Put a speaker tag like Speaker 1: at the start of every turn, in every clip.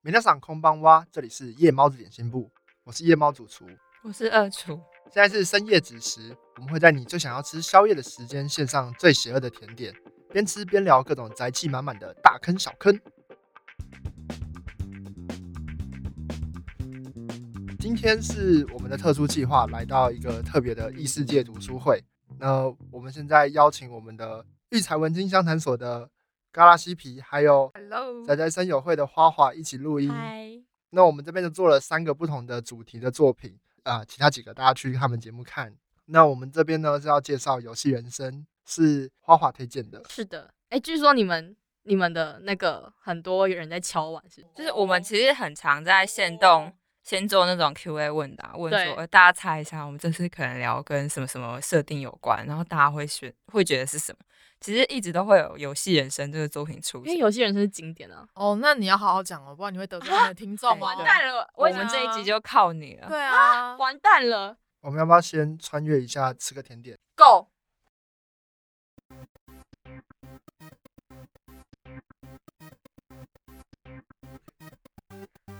Speaker 1: 美家赏空邦蛙，这里是夜猫子点心部，我是夜猫主厨。
Speaker 2: 我是二厨，
Speaker 1: 现在是深夜子时，我们会在你最想要吃宵夜的时间献上最邪恶的甜点，边吃边聊各种宅气满满的大坑小坑。今天是我们的特殊计划，来到一个特别的异世界读书会。那我们现在邀请我们的育才文青相谈所的嘎拉西皮，还有
Speaker 2: Hello，
Speaker 1: 宅宅生友会的花花一起录音。
Speaker 2: 嗨，
Speaker 1: 那我们这边就做了三个不同的主题的作品啊、其他几个大家去他们节目看。那我们这边呢是要介绍《游戏人生》，是花花推荐的。
Speaker 3: 是的，哎，据说你们你们的那个很多人在敲碗是不
Speaker 2: 就是我们其实很常在线动先做那种 Q&A 问答，问
Speaker 3: 对
Speaker 2: 说呃大家猜一下，我们这次可能聊跟什么什么设定有关，然后大家会选会觉得是什么。其实一直都会有《游戏人生》这个作品出
Speaker 3: 是，因为
Speaker 2: 现。
Speaker 3: 游戏人生是经典啊，
Speaker 4: 哦，那你要好好讲哦，不然你会得罪我们的听 众、哦。
Speaker 3: 完
Speaker 2: 蛋了，我
Speaker 4: 对
Speaker 2: 们
Speaker 4: 啊
Speaker 2: 这一集就靠你了。
Speaker 4: 对啊，
Speaker 3: 完蛋了
Speaker 1: 我们要不要先穿越一下，吃个甜点？
Speaker 3: ，Go！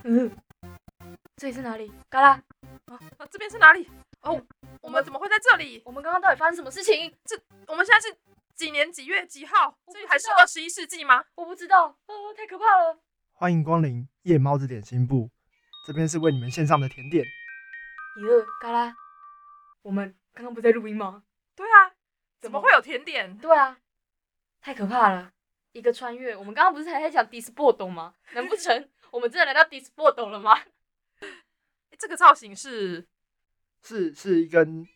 Speaker 3: 嗯， 这里是哪里？嘎啦，
Speaker 5: 啊，这边是哪里？哦，我们怎么会在这里？
Speaker 3: 嗯我们刚刚到底发生什么事情？
Speaker 5: 我们现在是几年几月几号？
Speaker 3: 我不
Speaker 5: 这里还是
Speaker 3: 知道
Speaker 5: 二十一世纪吗？
Speaker 3: 我不知道，呃，太可怕了。
Speaker 1: 欢迎光临夜猫子点心部，这边是为你们献上的甜点。
Speaker 3: 哟，嘎啦，我们刚刚不在录音吗？
Speaker 5: 对啊，怎
Speaker 3: 怎么
Speaker 5: 么会有甜点？
Speaker 3: 对啊，太可怕了！一个穿越，我们刚刚不是还在讲 Disport 吗？难不 成我们真的来到 Disport 了吗？
Speaker 5: 诶这个造型是
Speaker 1: 是是一 根，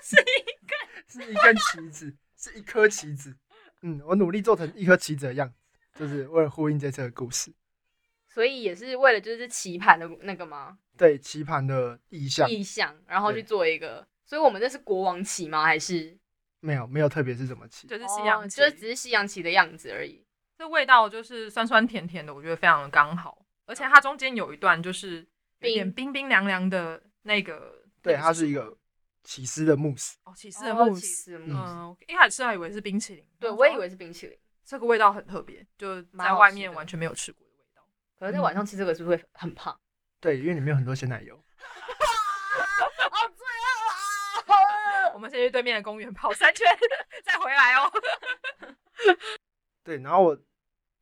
Speaker 1: 是一根，是一根旗子，是一颗旗子。嗯，我努力做成一颗旗子的样子，就是为了呼应这次的故事。
Speaker 3: 所以也是为了就是棋盘的那个吗？
Speaker 1: 对棋盘的意象
Speaker 3: 意象，然后去
Speaker 1: 啊对
Speaker 3: 做一个。所以我们这是国王棋吗？还是
Speaker 1: 没有没有，特别是怎么棋？
Speaker 5: 就是西洋
Speaker 3: 哦
Speaker 5: 棋，
Speaker 3: 就是只是西洋棋的样子而已。
Speaker 5: 这味道就是酸酸甜甜的，我觉得非常的刚好。而
Speaker 3: 嗯
Speaker 5: 且它中间有一段就是有一点冰冰凉凉的那个，
Speaker 1: 对，
Speaker 5: 那个
Speaker 1: 它是
Speaker 5: 什
Speaker 1: 一
Speaker 5: 么
Speaker 1: 个起司的慕斯。
Speaker 5: 哦起司的
Speaker 3: 哦
Speaker 5: 慕
Speaker 3: 起
Speaker 5: 斯。
Speaker 3: 司慕斯，
Speaker 5: 嗯，我一开始吃还以为是冰淇淋，
Speaker 3: 对
Speaker 5: 然后
Speaker 3: 我
Speaker 5: 想
Speaker 3: 也以
Speaker 5: 说
Speaker 3: 为是冰淇淋。
Speaker 5: 这个味道很特别，就在
Speaker 3: 蛮好
Speaker 5: 外
Speaker 3: 吃
Speaker 5: 面
Speaker 3: 的
Speaker 5: 完全没有吃过的味道。
Speaker 3: 可是在晚上吃这个是不是会很胖？
Speaker 1: 对，因为里面有很多鲜奶油。
Speaker 5: 我们先去对面的公园跑三圈，再回来哦。
Speaker 1: 对，然后我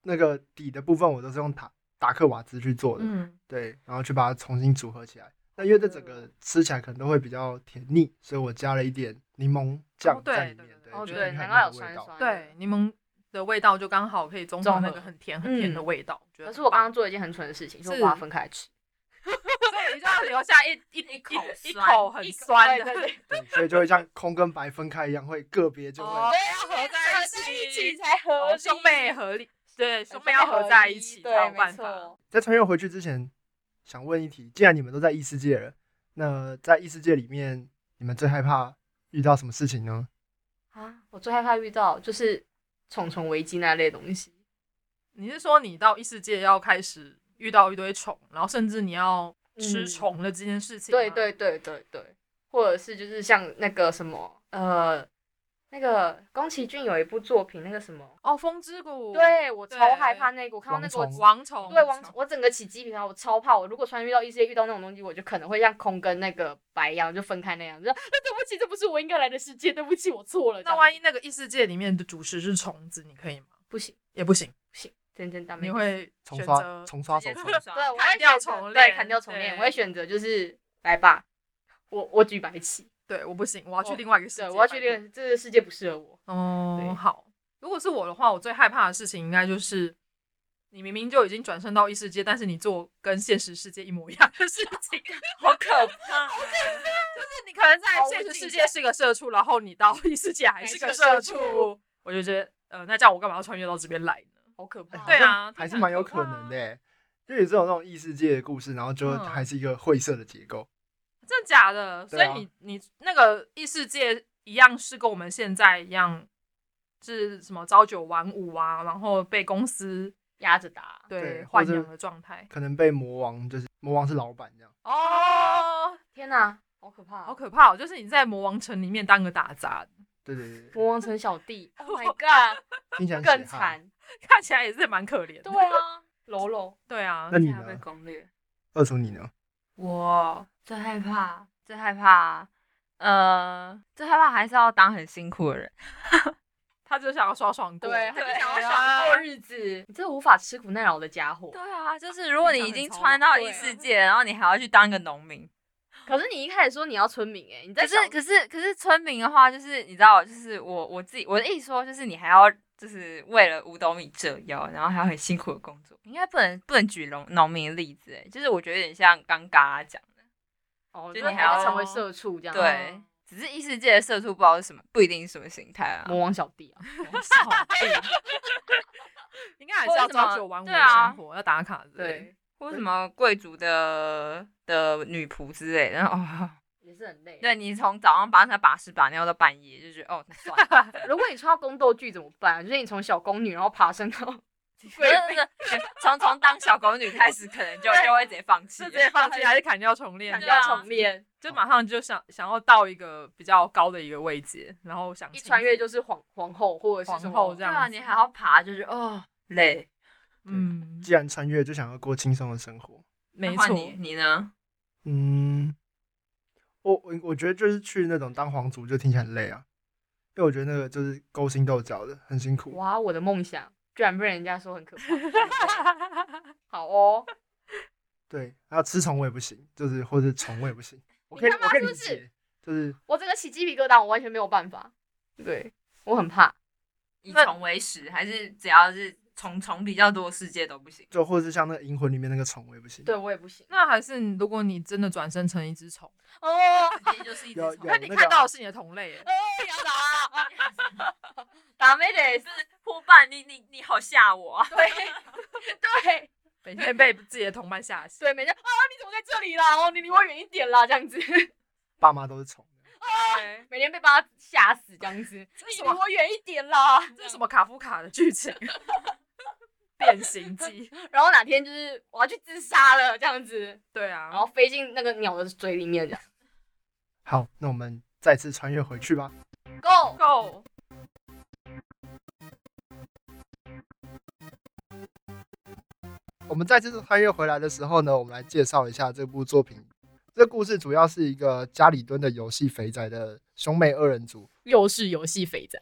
Speaker 1: 那个底的部分我都是用塔达克瓦兹去做的，
Speaker 5: 嗯，
Speaker 1: 对，然后去把它重新组合起来。那因为这整个吃起来可能都会比较甜腻，所以我加了一点柠檬酱
Speaker 5: 哦对
Speaker 1: 在里面。
Speaker 5: 对
Speaker 3: 哦，
Speaker 1: 就
Speaker 3: 对，
Speaker 1: 平衡那
Speaker 3: 难怪
Speaker 1: 个
Speaker 3: 有
Speaker 1: 味
Speaker 3: 酸
Speaker 1: 道
Speaker 3: 酸。
Speaker 5: 对，。柠檬的味道就刚好可以中和
Speaker 3: 中
Speaker 5: 那
Speaker 3: 和
Speaker 5: 个很甜很甜的
Speaker 3: 嗯
Speaker 5: 味道。我觉得
Speaker 3: 可是我
Speaker 5: 很棒
Speaker 3: 刚刚做了一件很蠢的事情，就是
Speaker 5: 是
Speaker 3: 我把它分开来吃。
Speaker 5: 所以你就要留下一一一
Speaker 2: 口
Speaker 5: 一
Speaker 2: 酸
Speaker 5: 口很酸的，
Speaker 3: 对对对
Speaker 1: 对，所以就会像空跟白分开一样，会个别就会。
Speaker 5: 哦要合在一起，
Speaker 3: 才合
Speaker 5: 哦兄妹合力，对兄妹要合在一起才有办法。。
Speaker 1: 在穿越回去之前，想问一题：既然你们都在异世界了，那在异世界里面，你们最害怕遇到什么事情呢？
Speaker 3: 啊，我最害怕遇到就是虫虫危机那类东西。
Speaker 5: 你是说你到异世界要开始遇到一堆虫，然后甚至你要吃
Speaker 3: 嗯
Speaker 5: 虫的这件事情吗？
Speaker 3: 对对对对对，或者是就是像那个什么呃，那个宫崎骏有一部作品，那个什么，
Speaker 5: 哦，风之谷，
Speaker 3: 对我超
Speaker 5: 对
Speaker 3: 害怕那个，我看到那个
Speaker 1: 蝗虫
Speaker 3: 我。
Speaker 5: 王虫，
Speaker 3: 对王，我整个起鸡皮疙瘩，我超怕。我如果穿越到异世界遇到那种东西，我就可能会像空跟那个白一样，就分开那样。就说 对不起，这不是我应该来的世界，对不起，我错了。
Speaker 5: 那万
Speaker 3: 一
Speaker 5: 一那个异世界里面的主食是虫子，你可以吗？
Speaker 3: 不行，
Speaker 5: 也不行，
Speaker 3: 真真大妹
Speaker 5: 你，会
Speaker 1: 重
Speaker 5: 选
Speaker 1: 刷
Speaker 5: 择
Speaker 1: 重刷
Speaker 5: 直接
Speaker 1: 手
Speaker 5: 重
Speaker 1: 冲
Speaker 5: 刷
Speaker 3: 对，我
Speaker 5: 砍
Speaker 3: 会
Speaker 5: 掉
Speaker 3: 选择
Speaker 5: 重
Speaker 3: 对，
Speaker 5: 练
Speaker 3: 砍掉重练，
Speaker 5: 对
Speaker 3: 我会选择就是来吧，我我举白旗，
Speaker 5: 对，我不行，我要去
Speaker 3: 我
Speaker 5: 另外一个世界
Speaker 3: 对，
Speaker 5: 拜托。
Speaker 3: 我要去练，这个世界不适合我。对
Speaker 5: 哦，好。如果是我的话，我最害怕的事情应该就是，你明明就已经转身到异世界，但是你做跟现实世界一模一样的事情，
Speaker 2: 好可怕！
Speaker 5: 就是你可能在
Speaker 3: 哦我
Speaker 5: 现实世
Speaker 3: 记
Speaker 5: 界是个社畜，然后你到异世界还是个社
Speaker 3: 还是个社
Speaker 5: 畜，我就觉得，呃，那这样我干嘛要穿越到这边来呢？
Speaker 3: 好可
Speaker 1: 哎
Speaker 3: 怕。
Speaker 5: 对啊
Speaker 1: 好像
Speaker 5: 听
Speaker 1: 还
Speaker 5: 起
Speaker 1: 是
Speaker 5: 来
Speaker 1: 蛮有
Speaker 5: 很可
Speaker 1: 可
Speaker 5: 怕
Speaker 1: 能的欸，因为有这种那种异世界的故事，然后就
Speaker 5: 啊嗯
Speaker 1: 还是一个晦涩的结构。
Speaker 5: 真的假的？所
Speaker 1: 对
Speaker 5: 以
Speaker 1: 啊
Speaker 5: 你你那个异世界一样是跟我们现在一样，是什么朝九晚五啊，然后被公司
Speaker 3: 压着打。
Speaker 1: 对
Speaker 5: 对
Speaker 1: 或
Speaker 5: 豢
Speaker 1: 者
Speaker 5: 养的状态。
Speaker 1: 可能被魔王就是魔王是老板这样，
Speaker 5: 哦，
Speaker 3: 天哪，好可怕！
Speaker 5: 好可怕、哦！就是你在魔王城里面当个打杂，
Speaker 1: 对对对对，
Speaker 3: 魔王 城小弟，Oh my god，
Speaker 1: 听起来很
Speaker 3: 更
Speaker 1: 血汗。
Speaker 3: 惨。
Speaker 5: 看起来也是蛮可怜的。
Speaker 3: 对啊，柔柔，
Speaker 5: 对啊，
Speaker 1: 那你
Speaker 5: 而且还
Speaker 1: 呢
Speaker 5: 被攻略。
Speaker 1: 二叔你呢？
Speaker 6: 我最害怕，最害怕，呃，最害怕还是要当很辛苦的人。
Speaker 5: 他就想要爽爽过，
Speaker 3: 对，他啊
Speaker 5: 他
Speaker 3: 就
Speaker 5: 就想
Speaker 3: 想
Speaker 5: 要
Speaker 3: 要
Speaker 5: 爽
Speaker 3: 爽
Speaker 5: 过
Speaker 3: 过
Speaker 5: 日
Speaker 3: 日子。你这无法吃苦耐劳的家伙
Speaker 6: 对。啊，就是如果你已经穿
Speaker 5: 那
Speaker 6: 到
Speaker 5: 你
Speaker 6: 异
Speaker 5: 这样很
Speaker 6: 世界，然后你还要去当个农民，
Speaker 3: 可是你一开始说你要村民哎、你在
Speaker 6: 可是
Speaker 3: 想
Speaker 6: 可是可是村民的话，就是你知道，就是我我自己我的意思说，就是你还要就是为了五斗米折腰，然后还要很辛苦的工作，应该不能不能举农农民的例子，哎，就是我觉得有点像刚刚啊讲的，
Speaker 3: 哦，
Speaker 6: 就
Speaker 3: 那
Speaker 6: 你
Speaker 3: 还
Speaker 6: 还
Speaker 3: 要
Speaker 6: 要
Speaker 3: 成为社畜这样，
Speaker 6: 对，只是异世界的社畜不知道是什么，不一定是什么形态啊，
Speaker 3: 魔王小弟啊，
Speaker 5: 应该还是要朝九晚五的生活，要打卡之类的。
Speaker 3: 啊对，
Speaker 6: 或什么贵族的的女仆之类的，然后哦，
Speaker 3: 也是很累。
Speaker 6: 对你从早上帮她把屎把尿到半夜，就觉得哦，那算 了，
Speaker 3: 如果你穿到宫斗剧怎么办、就是你从小宫女然后爬升到贵
Speaker 6: 真的是从从当小狗女开始，可能就就会直接放弃
Speaker 5: 是
Speaker 6: 了，
Speaker 5: 直接放弃还是砍掉重练？
Speaker 3: 人
Speaker 6: 砍
Speaker 5: 对啊
Speaker 3: 家
Speaker 6: 掉
Speaker 3: 重练，
Speaker 5: 就马上就想想要到一个比较高的一个位阶，然后想
Speaker 3: 一
Speaker 5: 清楚
Speaker 3: 穿越就是皇皇后或者是什
Speaker 5: 皇
Speaker 3: 么
Speaker 5: 后这样
Speaker 6: 对啊，
Speaker 5: 子
Speaker 6: 你还要爬，就是哦累。
Speaker 5: 嗯，
Speaker 1: 既然穿越，就想要过轻松的生活。
Speaker 5: 没
Speaker 6: 那换
Speaker 5: 错，
Speaker 6: 你你呢？
Speaker 1: 嗯，我我我觉得就是去那种当皇族就听起来很累啊，因为我觉得那个就是勾心斗角的，很辛苦。
Speaker 3: 哇，我的梦想居然被人家说很可怕。 好哦，
Speaker 1: 对，然后吃虫我也不行，就是或者虫我也不 行。我可以
Speaker 3: 你干
Speaker 1: 我
Speaker 3: 嘛
Speaker 1: 可以理
Speaker 3: 是不是
Speaker 1: 解，就是
Speaker 3: 我整个起鸡皮疙瘩，我完全没有办法。对我很怕，
Speaker 6: 以虫为食，还是只要是虫虫比较多，世界都不行？
Speaker 1: 就或者是像那个银魂里面那个虫我也不行。
Speaker 3: 对我也不行。
Speaker 5: 那还是你如果你真的转身成一只虫，
Speaker 3: 哦，
Speaker 6: 世界就是一只
Speaker 1: 有
Speaker 6: 虫
Speaker 1: 有。
Speaker 5: 你
Speaker 1: 那
Speaker 5: 看
Speaker 1: 个
Speaker 5: 到的是你的同类耶，
Speaker 6: 打妹得是伙伴，你你你好吓我啊！
Speaker 3: 对对
Speaker 5: 每天被自己的同伴吓死。
Speaker 3: 对，每天啊，你怎么在这里啦？哦，你离我远一点啦，这样子，
Speaker 1: 爸妈都是虫。
Speaker 5: 对，
Speaker 3: 每天被爸妈吓死这样子，你
Speaker 5: 什
Speaker 3: 离
Speaker 5: 么
Speaker 3: 我远一点啦。
Speaker 5: 这是什么卡夫卡的剧情？ 变形记，
Speaker 3: 然后哪天就是我要去自杀了这样子，
Speaker 5: 对
Speaker 3: 然
Speaker 5: 啊
Speaker 3: 后，飞进那个鸟的嘴里面这样。
Speaker 1: 好，那我们再次穿越回去吧。
Speaker 3: Go，
Speaker 5: 够。
Speaker 1: 我们再次穿越回来的时候呢，我们来介绍一下这部作品。这故事主要是一个家里蹲的游戏肥宅的兄妹二人组，
Speaker 4: 又是游戏肥 宅，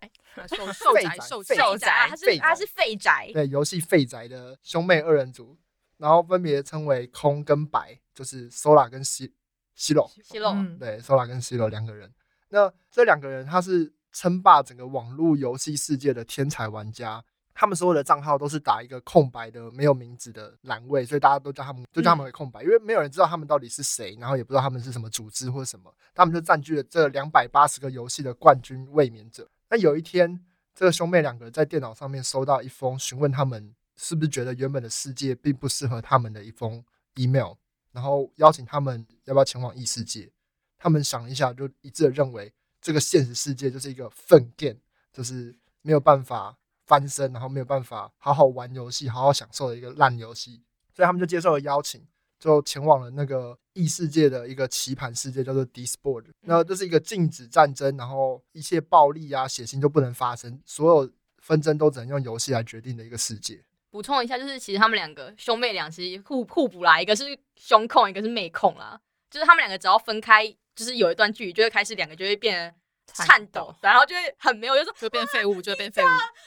Speaker 5: 瘦瘦
Speaker 1: 废
Speaker 5: 宅
Speaker 1: 宅
Speaker 5: 瘦
Speaker 1: 废
Speaker 5: 宅，
Speaker 1: 宅
Speaker 4: 宅，
Speaker 1: 废
Speaker 4: 他是
Speaker 1: 宅
Speaker 4: 他是废宅，
Speaker 1: 对游戏废宅的兄妹二人组，然后分别称为空跟白，就是 Sola 跟西西罗，
Speaker 4: 泄露
Speaker 5: 嗯
Speaker 1: 对 Sola 跟西罗两个人。那这两个人他是称霸整个网络游戏世界的天才玩家，他们所有的账号都是打一个空白的没有名字的栏位，所以大家都叫他们就叫他们为空白，因为没有人知道他们到底是谁，然后也不知道他们是什么组织或什么，他们就占据了这两百八十个游戏的冠军卫冕者。那有一天，这个兄妹两个在电脑上面收到一封询问他们是不是觉得原本的世界并不适合他们的一封 email，然后邀请他们要不要前往异世界。他们想了一下，就一致的认为这个现实世界就是一个粪便，就是没有办法翻身，然后没有办法好好玩游戏、好好享受的一个烂游戏。所以他们就接受了邀请，就前往了那个异世界的一个棋盘世界，叫做 Disport。那这是一个禁止战争，然后一切暴力啊、血腥都不能发生，所有纷争都只能用游戏来决定的一个世界。
Speaker 3: 补充一下，就是其实他们两个兄妹俩其实互互补啦，一个是胸控，一个是妹控啦。就是他们两个只要分开，就是有一段距离，就会开始两个就会变得
Speaker 4: 颤
Speaker 3: 颤抖，然后就会很没有，就说啊
Speaker 4: 就变废物，就变废物，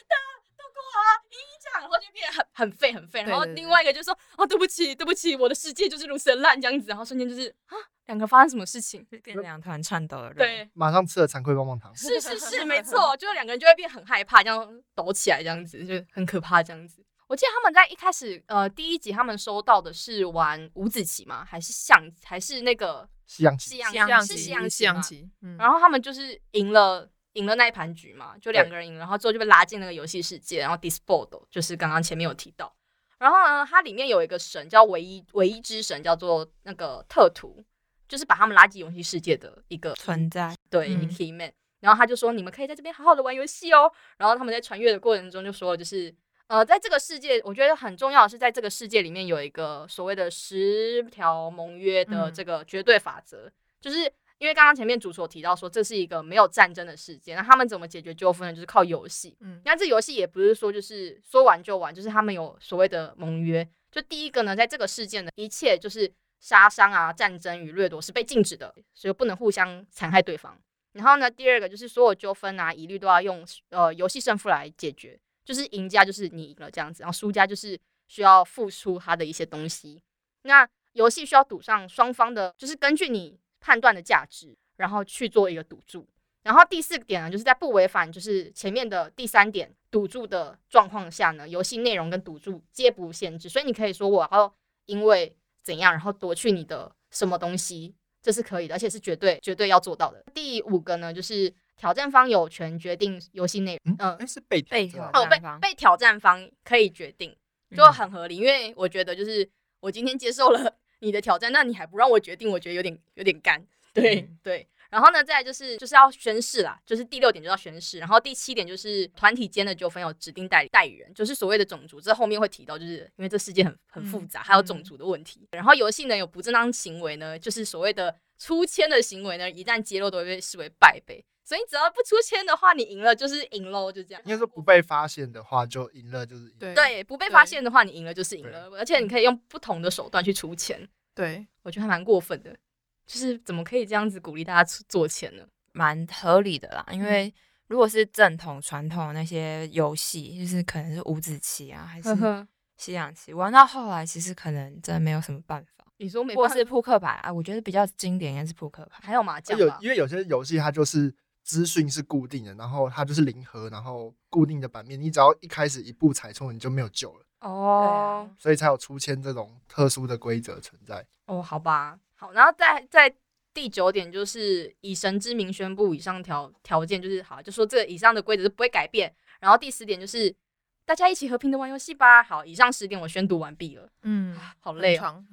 Speaker 3: 都给我啊，一一这样，然后就变得很很废很废。然后
Speaker 4: 对对对
Speaker 3: 另外一个就说哦，对不起对不起，我的世界就是如此的烂这样子，然后瞬间就是啊，两个发生什么事情？
Speaker 6: 变两团颤抖的人，
Speaker 3: 对，
Speaker 1: 马上吃了惭愧棒棒糖。
Speaker 3: 是是是，没错，就是两个人就会变很害怕，这样抖起来，这样子就很可怕，这样子。我记得他们在一开始，呃，第一集他们收到的是玩五子棋吗？还是象？还是那个
Speaker 1: 西洋棋
Speaker 3: 西洋
Speaker 5: 西洋
Speaker 3: 是
Speaker 5: 棋
Speaker 3: 西洋
Speaker 4: 西
Speaker 3: 棋
Speaker 4: 洋
Speaker 3: 吗？
Speaker 4: 棋，嗯，
Speaker 3: 然后他们就是赢了，赢了那一盘局嘛，就两个人赢了，然后之后就被拉进那个游戏世界，然后 Disport 就是刚刚前面有提到。然后呢，它里面有一个神叫唯一唯一之神，叫做那个特图，就是把他们拉进游戏世界的一个
Speaker 6: 存在。
Speaker 3: 对、
Speaker 5: 嗯
Speaker 3: key man。然后他就说，你们可以在这边好好的玩游戏哦。然后他们在穿越的过程中就说，就是呃，在这个世界，我觉得很重要的是，在这个世界里面有一个所谓的十条盟约的
Speaker 5: 嗯
Speaker 3: 这个绝对法则，就是。因为刚刚前面主所提到说，这是一个没有战争的世界，那他们怎么解决纠纷呢？就是靠游戏。
Speaker 5: 嗯
Speaker 3: 那这游戏也不是说就是说玩就玩，就是他们有所谓的盟约，就第一个呢，在这个事件的一切就是杀伤啊、战争与掠夺是被禁止的，所以不能互相残害对方。然后呢，第二个就是所有纠纷啊、疑虑都要用呃游戏胜负来解决，就是赢家就是你赢了这样子，然后输家就是需要付出他的一些东西。那游戏需要赌上双方的，就是根据你判断的价值，然后去做一个赌注。然后第四个点呢，就是在不违反就是前面的第三点赌注的状况下呢，游戏内容跟赌注皆不限制，所以你可以说我要因为怎样，然后夺去你的什么东西，这是可以的，而且是绝对绝对要做到的。第五个呢，就是挑战方有权决定游戏内容，嗯
Speaker 1: 嗯，哎，是被
Speaker 2: 被
Speaker 1: 挑战
Speaker 2: 挑
Speaker 3: 哦，被
Speaker 2: 战方
Speaker 3: 被挑战方可以决定，就很合理。因为我觉得就是我今天接受了 你的挑战，那你还不让我决定，我觉得有点有点干。对、对。然后呢，再来就是就是要宣誓啦，就是第六点就要宣誓，然后第七点就是团体间的纠纷有指定代理代理人，就是所谓的种族，这后面会提到，就是因为这世界很很复杂，还有种族的问题。然后游戏呢有不正当行为呢，就是所谓的出签的行为呢，一旦揭露都会被视为败北，所以你只要不出签的话，你赢了就是赢喽，就这样。
Speaker 1: 应该说不被发现的话就赢了，就是赢。
Speaker 5: 对嗯
Speaker 3: 对，不被发现的话，你赢了就是赢了，而且你可以用不同的手段去出钱，
Speaker 5: 对，
Speaker 3: 我觉得还蛮过分的。就是怎么可以这样子鼓励大家出做钱呢？
Speaker 2: 蛮合理的啦，
Speaker 6: 嗯
Speaker 2: 因为如果是正统传统的那些游戏，就是可能是五子棋啊，
Speaker 6: 嗯
Speaker 4: 嗯
Speaker 2: 还是
Speaker 3: 呵，
Speaker 2: 西洋棋，玩到后来其实可能真的没有什么办法，
Speaker 3: 你说没
Speaker 2: 或
Speaker 3: 办
Speaker 2: 是扑克牌啊，我觉得比较经典应该是扑克牌。
Speaker 3: 还有麻将
Speaker 1: 啊有
Speaker 3: 吧？
Speaker 1: 因为有些游戏它就是资讯是固定的，然后它就是零和，然后固定的版面，你只要一开始一步踩错，你就没有救了，
Speaker 3: 哦、
Speaker 5: 啊
Speaker 1: 所以才有出签这种特殊的规则存在。
Speaker 3: 哦，好吧，好，然后再再第九点就是以神之名宣布以上条条件，就是好，就说这以上的规则是不会改变。然后第十点就是大家一起和平的玩游戏吧。好，以上十点我宣读完毕了，
Speaker 5: 嗯，
Speaker 3: 好
Speaker 5: 很
Speaker 3: 累哦。
Speaker 5: 长，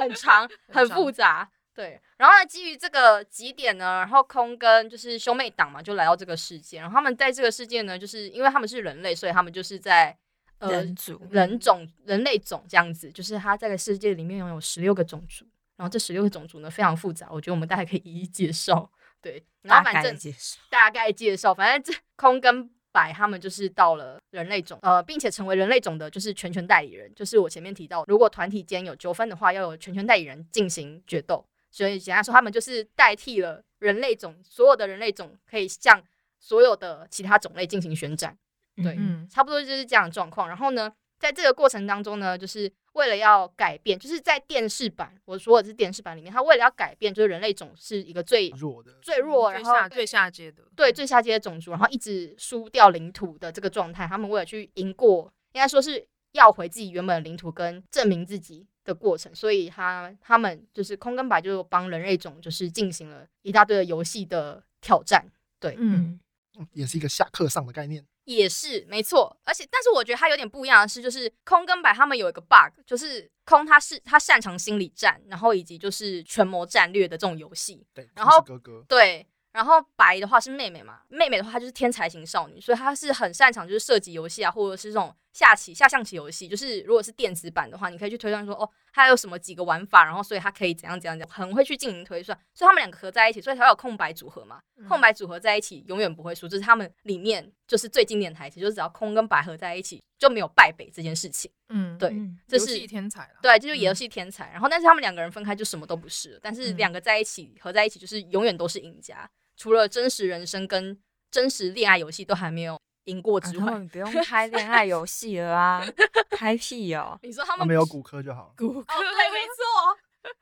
Speaker 3: 很长，很
Speaker 5: 很
Speaker 3: 复杂。对，然后呢，基于这个几点呢，然后空跟就是兄妹党嘛，就来到这个世界。然后他们在这个世界呢，就是因为他们是人类，所以他们就是在呃
Speaker 2: 人嗯族
Speaker 3: 人种、人类种这样子。就是他在这个世界里面拥有十六个种族，然后这十六个种族呢非常复杂，我觉得我们大家可以一一介绍。对，然
Speaker 2: 大
Speaker 3: 后反
Speaker 2: 概
Speaker 3: 正
Speaker 2: 介绍，
Speaker 3: 大概介绍，反正这空跟白他们就是到了人类种，呃，并且成为人类种的就是全权代理人，就是我前面提到，如果团体间有纠纷的话，要有全权代理人进行决斗，所以简单说，他们就是代替了人类种，所有的人类种可以向所有的其他种类进行宣战。对
Speaker 5: 嗯
Speaker 3: 差不多就是这样的状况。然后呢，在这个过程当中呢，就是为了要改变，就是在电视版，我说的是电视版里面，他为了要改变，就是人类种是一个最
Speaker 1: 弱的，
Speaker 3: 最弱，然
Speaker 5: 最
Speaker 3: 后
Speaker 5: 下最下阶的，
Speaker 3: 对最下阶的种族，然后一直输掉领土的这个状态，他们为了去赢过，应该说是要回自己原本的领土跟证明自己的过程，所以他他们就是空跟白就帮人类种就是进行了一大堆的游戏的挑战，
Speaker 5: 嗯，
Speaker 1: 嗯也是一个下课上的概念。
Speaker 3: 也是没错。而且，但是我觉得他有点不一样的是，就是空跟白他们有一个 bug，就是空他是他擅长心理战，然后以及就是权谋战略的这种游戏，
Speaker 1: 对，
Speaker 3: 然
Speaker 1: 就是
Speaker 3: 后
Speaker 1: 哥哥
Speaker 3: 对，然后白的话是妹妹嘛，妹妹的话她就是天才型少女，所以她是很擅长就是射击游戏啊，或者是这种下棋、下象棋游戏。就是如果是电子版的话，你可以去推算说哦，她有什么几个玩法，然后所以她可以怎样怎样怎样，很会去进行推算。所以他们两个合在一起，所以才会有空白组合嘛。空白组合在一起永远不会输，这是他们里面就是最经典的台词，就是只要空跟白合在一起就没有败北这件事情。
Speaker 5: 嗯，
Speaker 3: 对，
Speaker 2: 嗯
Speaker 3: 这
Speaker 5: 游
Speaker 3: 是
Speaker 5: 戏天才了，
Speaker 3: 对，这就是
Speaker 5: 嗯
Speaker 3: 游戏天才。然后，但是他们两个人分开就什么都不是了，但是
Speaker 5: 嗯
Speaker 3: 两个在一起、合在一起，就是永远都是赢家。除了真实人生跟真实恋爱游戏都还没有赢过
Speaker 2: 啊
Speaker 3: 之
Speaker 2: 他
Speaker 3: 外，
Speaker 2: 们不 用开恋爱游戏了啊，开屁哦！
Speaker 3: 你说他
Speaker 1: 他
Speaker 3: 们
Speaker 1: 们有骨科就好了。
Speaker 5: 骨科
Speaker 3: 哦，对，没错，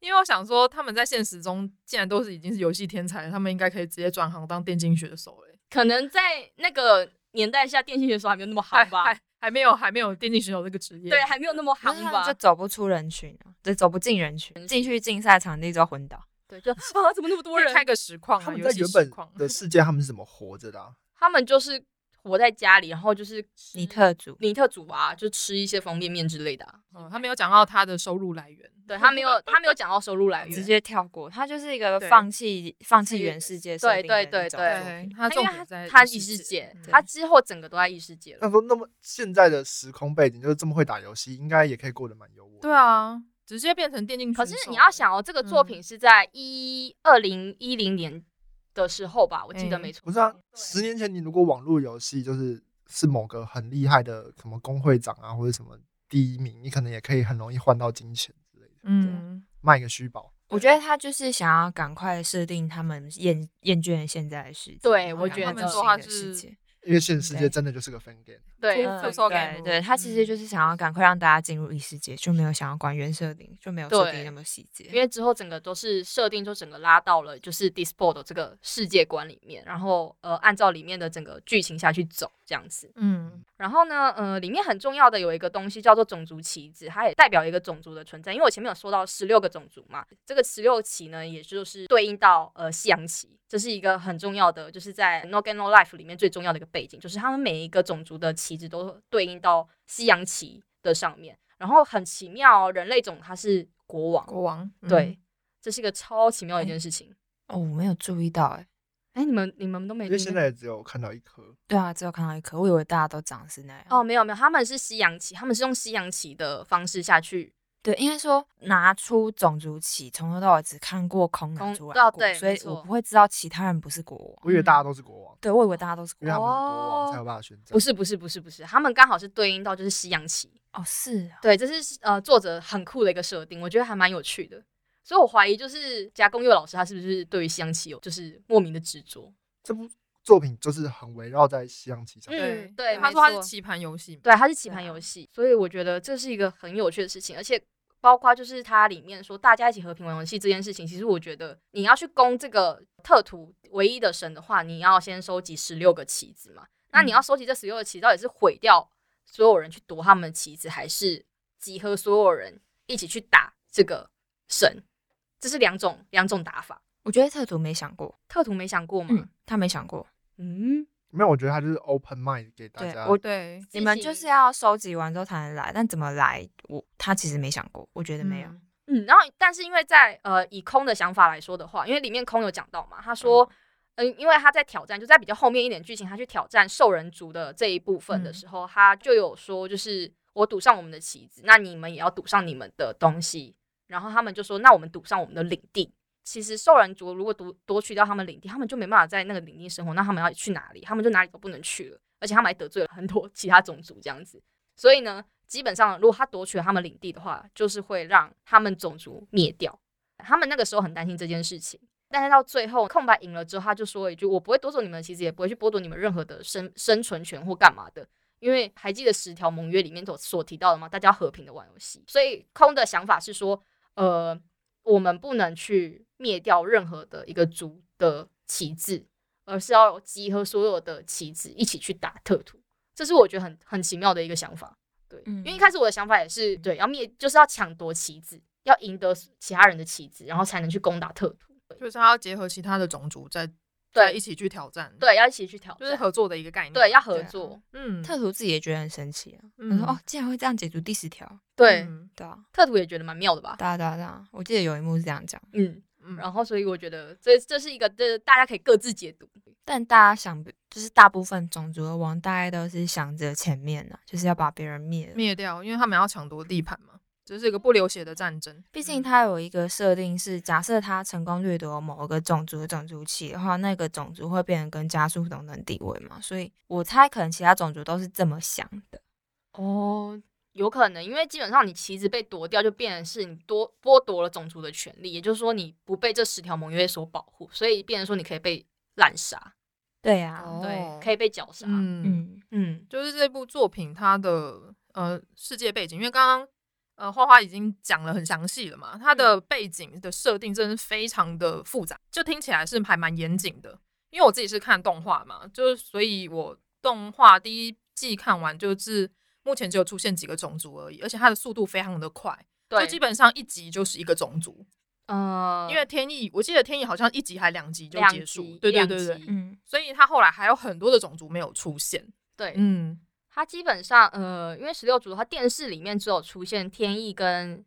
Speaker 5: 因为我想说，他们在现实中既然都是已经是游戏天才了，他们应该可以直接转行当电竞学手了。
Speaker 3: 可能在那个年代下，电信选手还没有那么好
Speaker 5: 还
Speaker 3: 吧？
Speaker 5: 还还没有还没有电竞选手这个职业。
Speaker 3: 对，还没有那么好
Speaker 6: 啊
Speaker 2: 他们
Speaker 3: 吧
Speaker 2: 就？走不出人群啊，就走不进人群，进去竞赛场地之后昏倒。
Speaker 3: 对，就 啊，怎么那么多
Speaker 5: 可以
Speaker 3: 人？
Speaker 5: 开个实况
Speaker 1: 他
Speaker 5: 啊，
Speaker 1: 们
Speaker 5: 游
Speaker 1: 在
Speaker 5: 戏
Speaker 1: 原
Speaker 5: 实
Speaker 1: 本
Speaker 5: 况。
Speaker 1: 的世界，他们是怎么活着的啊、
Speaker 3: 他们就是活在家里，然后就是嗯
Speaker 2: 尼特族，
Speaker 3: 尼特族啊，就吃一些方便面之类的啊、
Speaker 5: 嗯，他没有讲到他的收入来源。
Speaker 3: 对他没有，他没有讲到收入来源，
Speaker 2: 直接跳过，它就是一个
Speaker 5: 对
Speaker 2: 放弃放弃原世界设
Speaker 3: 对
Speaker 2: 定的
Speaker 3: 对对
Speaker 2: 一种
Speaker 3: 对
Speaker 2: 作品
Speaker 5: 对，他
Speaker 3: 因
Speaker 5: 重
Speaker 3: 为
Speaker 5: 点
Speaker 3: 他
Speaker 5: 在
Speaker 3: 他异
Speaker 5: 异
Speaker 3: 世界，
Speaker 5: 嗯
Speaker 3: 他之后整个都在异世界了。
Speaker 1: 那说那么现在的时空背景就是这么会打游戏，应该也可以过得蛮优渥的。
Speaker 5: 对啊，直接变成电竞选
Speaker 3: 可
Speaker 5: 手
Speaker 3: 是
Speaker 5: 了。
Speaker 3: 你要想哦，这个作品是在一二零一零年的时候吧，我记得
Speaker 5: 嗯
Speaker 3: 没错。
Speaker 1: 不是啊，十年前你如果网络游戏就是是某个很厉害的什么工会长啊，或者什么第一名，你可能也可以很容易换到金钱之类的，
Speaker 5: 嗯，
Speaker 1: 卖个虚宝。
Speaker 6: 我觉得他就是想要赶快设定他们厌厌倦现在的世界，
Speaker 3: 对
Speaker 6: 然后
Speaker 3: 我
Speaker 6: 赶
Speaker 3: 觉
Speaker 6: 快
Speaker 3: 得
Speaker 6: 进
Speaker 5: 说话
Speaker 6: 新的
Speaker 5: 是
Speaker 6: 世界
Speaker 1: 因为现实世界
Speaker 6: 对
Speaker 1: 真的就是个 fan game，
Speaker 3: 对，
Speaker 5: 嗯
Speaker 6: 嗯
Speaker 5: social
Speaker 6: 对
Speaker 5: game
Speaker 6: 对，他其实
Speaker 3: 嗯
Speaker 6: 就是想要赶快让大家进入异世界，就没有想要管原设定，就没有设
Speaker 3: 对
Speaker 6: 定那么细节。
Speaker 3: 因为之后整个都是设定，就整个拉到了就是 Disport 这个世界观里面，然后呃按照里面的整个剧情下去走这样子。
Speaker 5: 嗯，
Speaker 3: 然后呢，呃，里面很重要的有一个东西叫做种族旗帜，它也代表一个种族的存在。因为我前面有说到十六个种族嘛，这个十六旗呢，也就是对应到呃西洋旗，这是一个很重要的，就是在 No Game No Life 里面最重要的一个背景，就是他们每一个种族的旗帜都对应到西洋旗的上面。然后很奇妙、哦，人类种它是国王，
Speaker 5: 国王，嗯
Speaker 3: 对，，这是一个超奇妙的一件事情。
Speaker 6: 哦，我没有注意到，哎，
Speaker 3: 哎、你们你们都没
Speaker 1: 因为
Speaker 3: 注意
Speaker 1: 现
Speaker 3: 到
Speaker 1: 在也只有看到一颗。
Speaker 6: 对啊，只有看到一颗，我以为大家都长得是那样。
Speaker 3: 哦，，没有没有，他们是西洋旗，他们是用西洋旗的方式下去
Speaker 6: 对，应该说拿出种族旗，从头到尾只看过空
Speaker 3: 空
Speaker 6: 拿出
Speaker 3: 对啊
Speaker 6: 来过
Speaker 3: 对，
Speaker 6: 所
Speaker 3: 没
Speaker 6: 以
Speaker 3: 错
Speaker 6: 我不会知道其他人不是国王。
Speaker 1: 我以为大家都是国王，
Speaker 6: 对，我以为大家都是
Speaker 1: 因
Speaker 6: 国
Speaker 1: 为他们
Speaker 6: 王。
Speaker 1: 是国王
Speaker 3: 哦
Speaker 1: 才有办法选择。
Speaker 3: 不是不是不是不是，他们刚好是对应到就是西洋棋。
Speaker 6: 哦，是啊，
Speaker 3: 对，这是呃作者很酷的一个设定，我觉得还蛮有趣的。所以我怀疑就是加工佑老师他是不是对于西洋棋有就是莫名的执着？
Speaker 1: 这部作品就是很围绕在西洋棋上。
Speaker 5: 对
Speaker 3: 对，
Speaker 5: 他
Speaker 3: 没
Speaker 5: 说他是
Speaker 3: 错
Speaker 5: 棋盘游戏嘛，
Speaker 3: 对，它是棋
Speaker 6: 对
Speaker 3: 盘
Speaker 6: 啊
Speaker 3: 游戏，所以我觉得这是一个很有趣的事情，而且包括就是它里面说大家一起和平玩游戏这件事情，其实我觉得你要去攻这个特图唯一的神的话，你要先收集十六个棋子嘛。那
Speaker 6: 嗯
Speaker 3: 你要收集这十六个棋，到底是毁掉所有人去夺他们的棋子，还是集合所有人一起去打这个神？这是两种两种打法。
Speaker 6: 我觉得特图没想过，
Speaker 3: 特图没想过吗
Speaker 6: 嗯？，他没想过。
Speaker 3: 嗯，
Speaker 1: 没有，我觉得他就是 open mind 给大
Speaker 6: 对
Speaker 1: 家。
Speaker 6: 我，
Speaker 5: 对，
Speaker 6: 你们就是要收集完之后才能来，但怎么来，我他其实没想过，我觉得没有。
Speaker 5: 嗯
Speaker 3: 嗯，然后但是因为在呃以空的想法来说的话，因为里面空有讲到嘛，他说，嗯、因为他在挑战，就在比较后面一点剧情，他去挑战兽人族的这一部分的
Speaker 5: 嗯
Speaker 3: 时候，他就有说，就是我赌上我们的棋子，那你们也要赌上你们的东西，然后他们就说，那我们赌上我们的领地。其实兽人族如果夺夺取掉他们领地，他们就没办法在那个领地生活，那他们要去哪里？他们就哪里都不能去了，而且他们还得罪了很多 其他种族这样子。所以呢，基本上如果他夺取了他们领地的话，就是会让他们种族灭掉。他们那个时候很担心这件事情，但是到最后空白赢了之后，他就说了一句：“我不会夺走你们的棋子，也不会去剥夺你们任何的生生存权或干嘛的。”因为还记得十条盟约里面所所提到的吗？大家要和平的玩游戏。所以空的想法是说，呃，我们不能去灭掉任何的一个族的旗帜，而是要集合所有的旗帜一起去打特图。这是我觉得很很奇妙的一个想法。对，
Speaker 6: 嗯
Speaker 3: 因为一开始我的想法也是对，要灭就是要抢夺棋子，要赢得其他人的棋子，然后才能去攻打特图。
Speaker 5: 就是他要结合其他的种族在在一
Speaker 3: 对
Speaker 5: 起去挑战，，
Speaker 3: 对，要一起去挑战，
Speaker 5: 就是合作的一个概念，
Speaker 3: 对要合
Speaker 6: 对啊
Speaker 3: 作，
Speaker 5: 嗯，
Speaker 6: 特图自己也觉得很神奇啊，他、
Speaker 5: 嗯
Speaker 6: 说哦，竟然会这样解读第十条，
Speaker 3: 对
Speaker 5: 嗯
Speaker 6: 对啊，
Speaker 3: 特图也觉得蛮妙的吧？
Speaker 6: 对啊对啊对啊，我记得有一幕是这样讲，
Speaker 3: 嗯，
Speaker 5: 嗯
Speaker 3: 然后所以我觉得这这是一个，这大家可以各自解读。
Speaker 6: 但大家想不，就是大部分种族的王大概都是想着前面呢、就是要把别人灭了。
Speaker 5: 灭掉，因为他们要抢夺地盘嘛，这是一个不流血的战争。嗯
Speaker 6: 毕竟它有一个设定是，假设他成功掠夺某个种族的种族旗的话，那个种族会变成跟家属同等地位嘛，所以我猜可能其他种族都是这么想的。
Speaker 3: 哦，有可能，因为基本上你棋子被夺掉，就变成是你多剥夺了种族的权利，也就是说你不被这十条盟约所保护，所以变成说你可以被滥杀，
Speaker 6: 对呀、
Speaker 5: 哦
Speaker 3: 对，可以被绞杀。嗯
Speaker 5: 嗯，
Speaker 6: 嗯，
Speaker 5: 就是这部作品它的呃世界背景，因为刚刚呃花花已经讲了很详细了嘛，它
Speaker 3: 嗯
Speaker 5: 的背景的设定真的是非常的复杂，就听起来是还蛮严谨的。因为我自己是看动画嘛，就是所以我动画第一季看完就是目前只有出现几个种族而已，而且它的速度非常的快，就
Speaker 3: 对，
Speaker 5: 基本上一集就是一个种族。
Speaker 3: 呃，
Speaker 5: 因为天意，我记得天意好像一集还两集就
Speaker 3: 两
Speaker 5: 结束
Speaker 3: 集，
Speaker 5: 对对
Speaker 3: 两
Speaker 5: 对对，
Speaker 3: 集
Speaker 6: 嗯，
Speaker 5: 所以他后来还有很多的种族没有出现，
Speaker 3: 对，
Speaker 5: 嗯，
Speaker 3: 它基本上呃，因为十六族的话，电视里面只有出现天意跟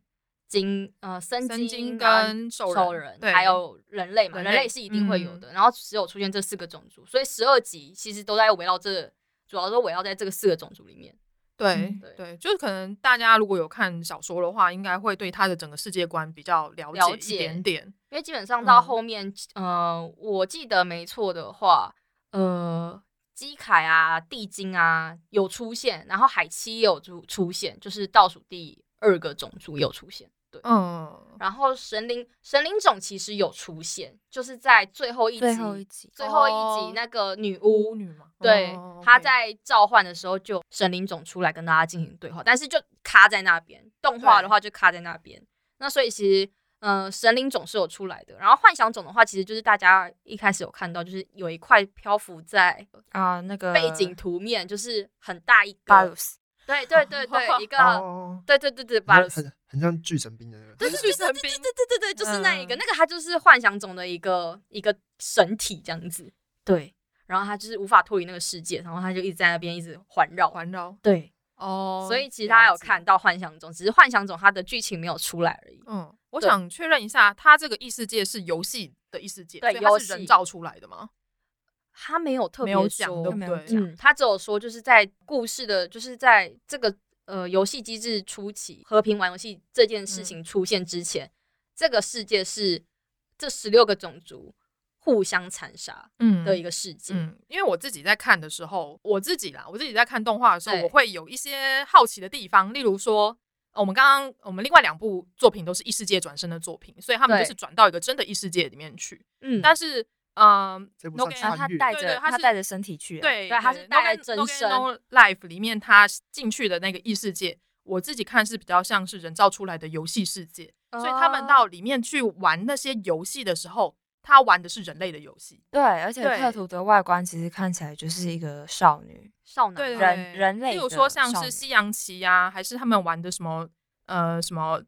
Speaker 3: 金呃森
Speaker 5: 森金
Speaker 3: 然后
Speaker 5: 跟兽
Speaker 3: 兽
Speaker 5: 人
Speaker 3: 人，
Speaker 5: 对
Speaker 3: 还有人类嘛，
Speaker 5: 人
Speaker 3: 人
Speaker 5: 类
Speaker 3: 类是一定会有
Speaker 5: 嗯
Speaker 3: 的。然后只有出现这四个种族，所以十二集其实都在围绕这，主要都围绕在这个四个种族里面。
Speaker 5: 对
Speaker 3: 嗯对
Speaker 5: 对，就是可能大家如果有看小说的话，应该会对他的整个世界观比较了
Speaker 3: 了
Speaker 5: 解一
Speaker 3: 解
Speaker 5: 点点，
Speaker 3: 因为基本上到
Speaker 5: 嗯
Speaker 3: 后面，呃，我记得没错的话，呃，基凯啊、地精啊有出现，然后海七也有出出现，就是倒数第二个种族有出现。对，
Speaker 5: 嗯，
Speaker 3: 然后神灵神灵种其实有出现，就是在最后一集，
Speaker 6: 最后一集
Speaker 3: 最后一集
Speaker 5: 哦
Speaker 3: 那个女巫
Speaker 5: 女嘛，
Speaker 3: 对
Speaker 5: 哦，
Speaker 3: 他
Speaker 5: OK
Speaker 3: 在召唤的时候就神灵种出来跟大家进行对话，但是就卡在那边，动画的话就卡在那边。那所以其实，嗯，神灵种是有出来的，然后幻想种的话，其实就是大家一开始有看到，就是有一块漂浮在
Speaker 6: 啊，那个
Speaker 3: 背景图面，就是很大一
Speaker 6: 巴
Speaker 3: 个
Speaker 6: 鲁，斯，
Speaker 3: 对对对对，一个，
Speaker 1: 哦，
Speaker 3: 对对对对，巴
Speaker 1: 很
Speaker 3: 鲁斯，
Speaker 1: 很很像巨神兵的那个，
Speaker 5: 对去神兵，
Speaker 3: 对对对，就是那一个，
Speaker 6: 嗯
Speaker 3: 那个它就是幻想种的一个一个神体这样子，对。然后他就是无法脱离那个世界，然后他就一直在那边一直环绕，
Speaker 5: 环绕
Speaker 3: 对，
Speaker 5: 哦
Speaker 3: 所以其实大家有
Speaker 5: 了解
Speaker 3: 看到《幻想种》，只是《幻想种》它的剧情没有出来而已。
Speaker 5: 嗯，我
Speaker 3: 对
Speaker 5: 想确认一下，它这个异世界是游戏的异世界，
Speaker 3: 对
Speaker 5: 所以它
Speaker 3: 游
Speaker 5: 是人
Speaker 3: 戏
Speaker 5: 造出来的吗？
Speaker 3: 他没有特
Speaker 5: 没
Speaker 3: 别
Speaker 5: 有讲，
Speaker 3: 说
Speaker 5: 对，不
Speaker 6: 没有
Speaker 5: 对？
Speaker 6: 讲
Speaker 3: 嗯，他只有说就是在故事的，就是在这个呃游戏机制初期，和平玩游戏这件事情出现之前，这个世界是这十六个种族互相残杀
Speaker 5: 嗯
Speaker 3: 的一个世界。
Speaker 5: 嗯，因为我自己在看的时候，我自己啦，我自己在看动画的时候，
Speaker 3: 对
Speaker 5: 我会有一些好奇的地方，例如说，呃我们刚刚我们另外两部作品都是异世界转身的作品，所以他们
Speaker 3: 对
Speaker 5: 就是转到一个真的异世界里面去。
Speaker 3: 嗯，
Speaker 5: 但是，嗯、
Speaker 1: 这部
Speaker 5: No
Speaker 1: 算
Speaker 5: Game-
Speaker 6: 然后他
Speaker 1: 穿越
Speaker 6: 带
Speaker 5: 对对
Speaker 6: 着
Speaker 5: 他
Speaker 6: 他
Speaker 5: 是
Speaker 6: 带着身体去了，
Speaker 5: 对
Speaker 3: 对啊它是
Speaker 5: No
Speaker 3: 带来
Speaker 5: Game-
Speaker 3: 真
Speaker 5: No Game
Speaker 3: 身
Speaker 5: No Life 里面他进去的那个异世界，我自己看是比较像是人造出来的游戏世界，所以他
Speaker 3: 哦
Speaker 5: 们到里面去玩那些游戏的时候，他玩的是人类的游戏。
Speaker 6: 对，而且
Speaker 5: 对
Speaker 6: 特图的外观其实看起来就是一个少女，
Speaker 3: 少男
Speaker 5: 对
Speaker 6: 嗯
Speaker 3: 嘛
Speaker 6: 人
Speaker 5: 对
Speaker 6: 人类
Speaker 5: 例如
Speaker 6: 的
Speaker 5: 说像
Speaker 6: 少
Speaker 5: 是
Speaker 6: 女
Speaker 5: 西洋棋呀、还是他们玩的什么呃什么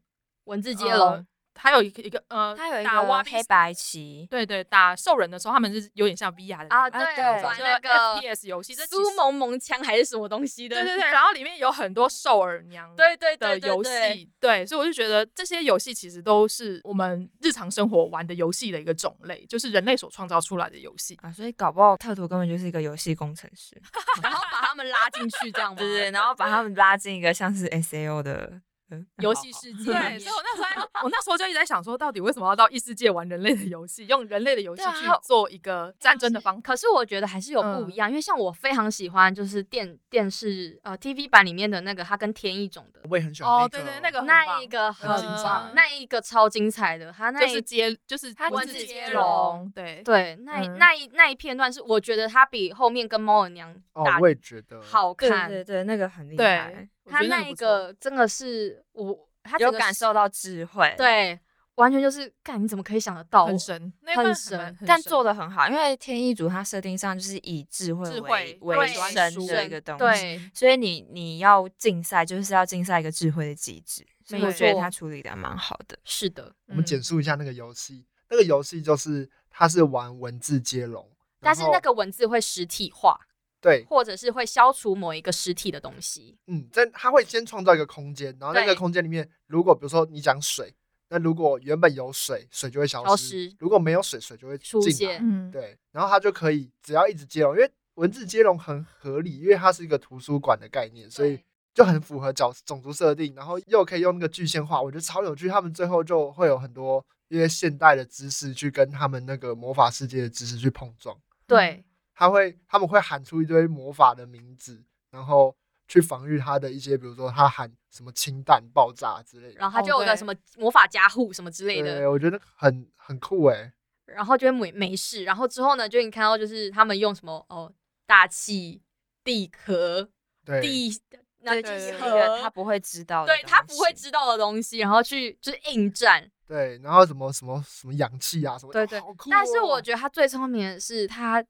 Speaker 3: 文字接
Speaker 5: 呃
Speaker 3: 龙，
Speaker 5: 还有一个一个呃，
Speaker 6: 它有一
Speaker 5: 打
Speaker 6: 个
Speaker 5: YBC
Speaker 6: 黑白棋，
Speaker 5: 对对，打兽人的时候，他们是有点像 VR 的那
Speaker 3: 啊，
Speaker 5: 个
Speaker 3: 对，
Speaker 6: 对
Speaker 3: 玩
Speaker 5: 就
Speaker 3: 那个
Speaker 5: FPS 游戏这其
Speaker 3: 苏
Speaker 5: 实
Speaker 3: 萌萌枪还是什么东西的，
Speaker 5: 对对对，然后里面有很多兽耳娘
Speaker 3: 对对
Speaker 5: 的
Speaker 3: 对对
Speaker 5: 游
Speaker 3: 对
Speaker 5: 戏，对，所以我就觉得这些游戏其实都是我们日常生活玩的游戏的一个种类，就是人类所创造出来的游戏。
Speaker 6: 啊，所以搞不好特图根本就是一个游戏工程师，
Speaker 3: 然后把他们拉进去这样吗？
Speaker 6: 对对，对然后把他 们拉进一个像是 S A O 的嗯
Speaker 3: 游戏世界里
Speaker 5: 对，
Speaker 3: 面，
Speaker 5: 所以我那时候在，我那时候就一直在想说，到底为什么要到异世界玩人类的游戏，用人类的游戏
Speaker 3: 对啊
Speaker 5: 去做一个战争的方法？
Speaker 3: 可是我觉得还是有不一样，因为像我非常喜欢就是电电视呃 TV 版里面的那个，它跟天翼种的
Speaker 1: 我也很喜欢
Speaker 5: 哦，
Speaker 1: 那
Speaker 5: 对
Speaker 1: 个
Speaker 5: 对，那个很
Speaker 3: 那
Speaker 5: 棒
Speaker 3: 一个
Speaker 1: 很精彩
Speaker 3: 呃那一个超精彩的，它那
Speaker 5: 就
Speaker 3: 一
Speaker 5: 是接就是
Speaker 3: 它
Speaker 5: 文
Speaker 3: 文
Speaker 5: 字
Speaker 3: 字
Speaker 5: 接
Speaker 3: 接
Speaker 5: 龙
Speaker 3: 龙，
Speaker 5: 对，
Speaker 3: 对那一
Speaker 6: 嗯
Speaker 3: 那一那一片段是我觉得它比后面跟猫耳娘
Speaker 1: 哦
Speaker 3: 打，
Speaker 1: 我也觉得，
Speaker 3: 好
Speaker 6: 对
Speaker 3: 看，
Speaker 6: 对对，那个很厉
Speaker 5: 对
Speaker 6: 害，
Speaker 5: 我觉
Speaker 3: 它
Speaker 5: 得
Speaker 3: 那
Speaker 5: 个
Speaker 3: 一
Speaker 5: 不错
Speaker 3: 个真的是我它整
Speaker 6: 有
Speaker 3: 个
Speaker 6: 感
Speaker 3: 是
Speaker 6: 受到智慧，，
Speaker 3: 对，完全就是看你怎么可以想得到我
Speaker 5: 很神，那
Speaker 3: 很
Speaker 5: 份
Speaker 3: 神
Speaker 5: 蛮很
Speaker 6: 但
Speaker 5: 神
Speaker 6: 做的很好，因为天意组它设定上就是以智慧
Speaker 5: 智慧
Speaker 6: 为为
Speaker 5: 对
Speaker 6: 生的
Speaker 5: 神
Speaker 6: 一个东西，
Speaker 3: 对，
Speaker 6: 所以你你要竞赛就是要竞赛一个智慧的机制，所以
Speaker 3: 没
Speaker 6: 我觉得
Speaker 3: 错
Speaker 6: 他处理的蛮好的。
Speaker 3: 是的，
Speaker 1: 我们
Speaker 5: 嗯
Speaker 1: 简述一下那个游戏，那个游戏就是它是玩文字接龙，然
Speaker 3: 但是那
Speaker 1: 后
Speaker 3: 个文字会实体化，
Speaker 1: 对，
Speaker 3: 或者是会消除某一个实体的东西，
Speaker 1: 嗯，在它会先创造一个空间，然后那个
Speaker 3: 对
Speaker 1: 空间里面，如果比如说你讲水，那如果原本有水，水就会消失；
Speaker 3: 消失
Speaker 1: 如果没有水，水就会
Speaker 3: 出
Speaker 1: 进来
Speaker 3: 现。
Speaker 5: 嗯，
Speaker 1: 对，然后它就可以只要一直接龙，因为文字接龙很合理，因为它是一个图书馆的概念，所以
Speaker 3: 对
Speaker 1: 就很符合角种族设定，然后又可以用那个具现化，我觉得超有趣。他们最后就会有很多因为现代的知识去跟他们那个魔法世界的知识去碰撞。
Speaker 6: 嗯
Speaker 3: 对，
Speaker 1: 他会他们会喊出一堆魔法的名字，然后去防御他的一些，比如说他喊什么氢弹爆炸之类的。
Speaker 3: 然后它
Speaker 5: 哦
Speaker 3: 就有个
Speaker 5: 对
Speaker 3: 什么魔法加护什么之类
Speaker 1: 对，
Speaker 3: 的，
Speaker 1: 我觉得很很酷哎、
Speaker 3: 然后就会没没事。然后之后呢，就你看到就是他们用什么哦，大气、地壳、
Speaker 1: 对，
Speaker 3: 地那
Speaker 6: 就
Speaker 3: 地
Speaker 6: 是一个他
Speaker 3: 壳，
Speaker 6: 不会知道的
Speaker 3: 对
Speaker 6: 东西，
Speaker 3: 他不会知道的东西，然后去就是应战。
Speaker 1: 对，然后什么什么什么氧气啊什么，
Speaker 3: 对对
Speaker 1: 好酷哦、
Speaker 3: 但是我觉得他最聪明的是他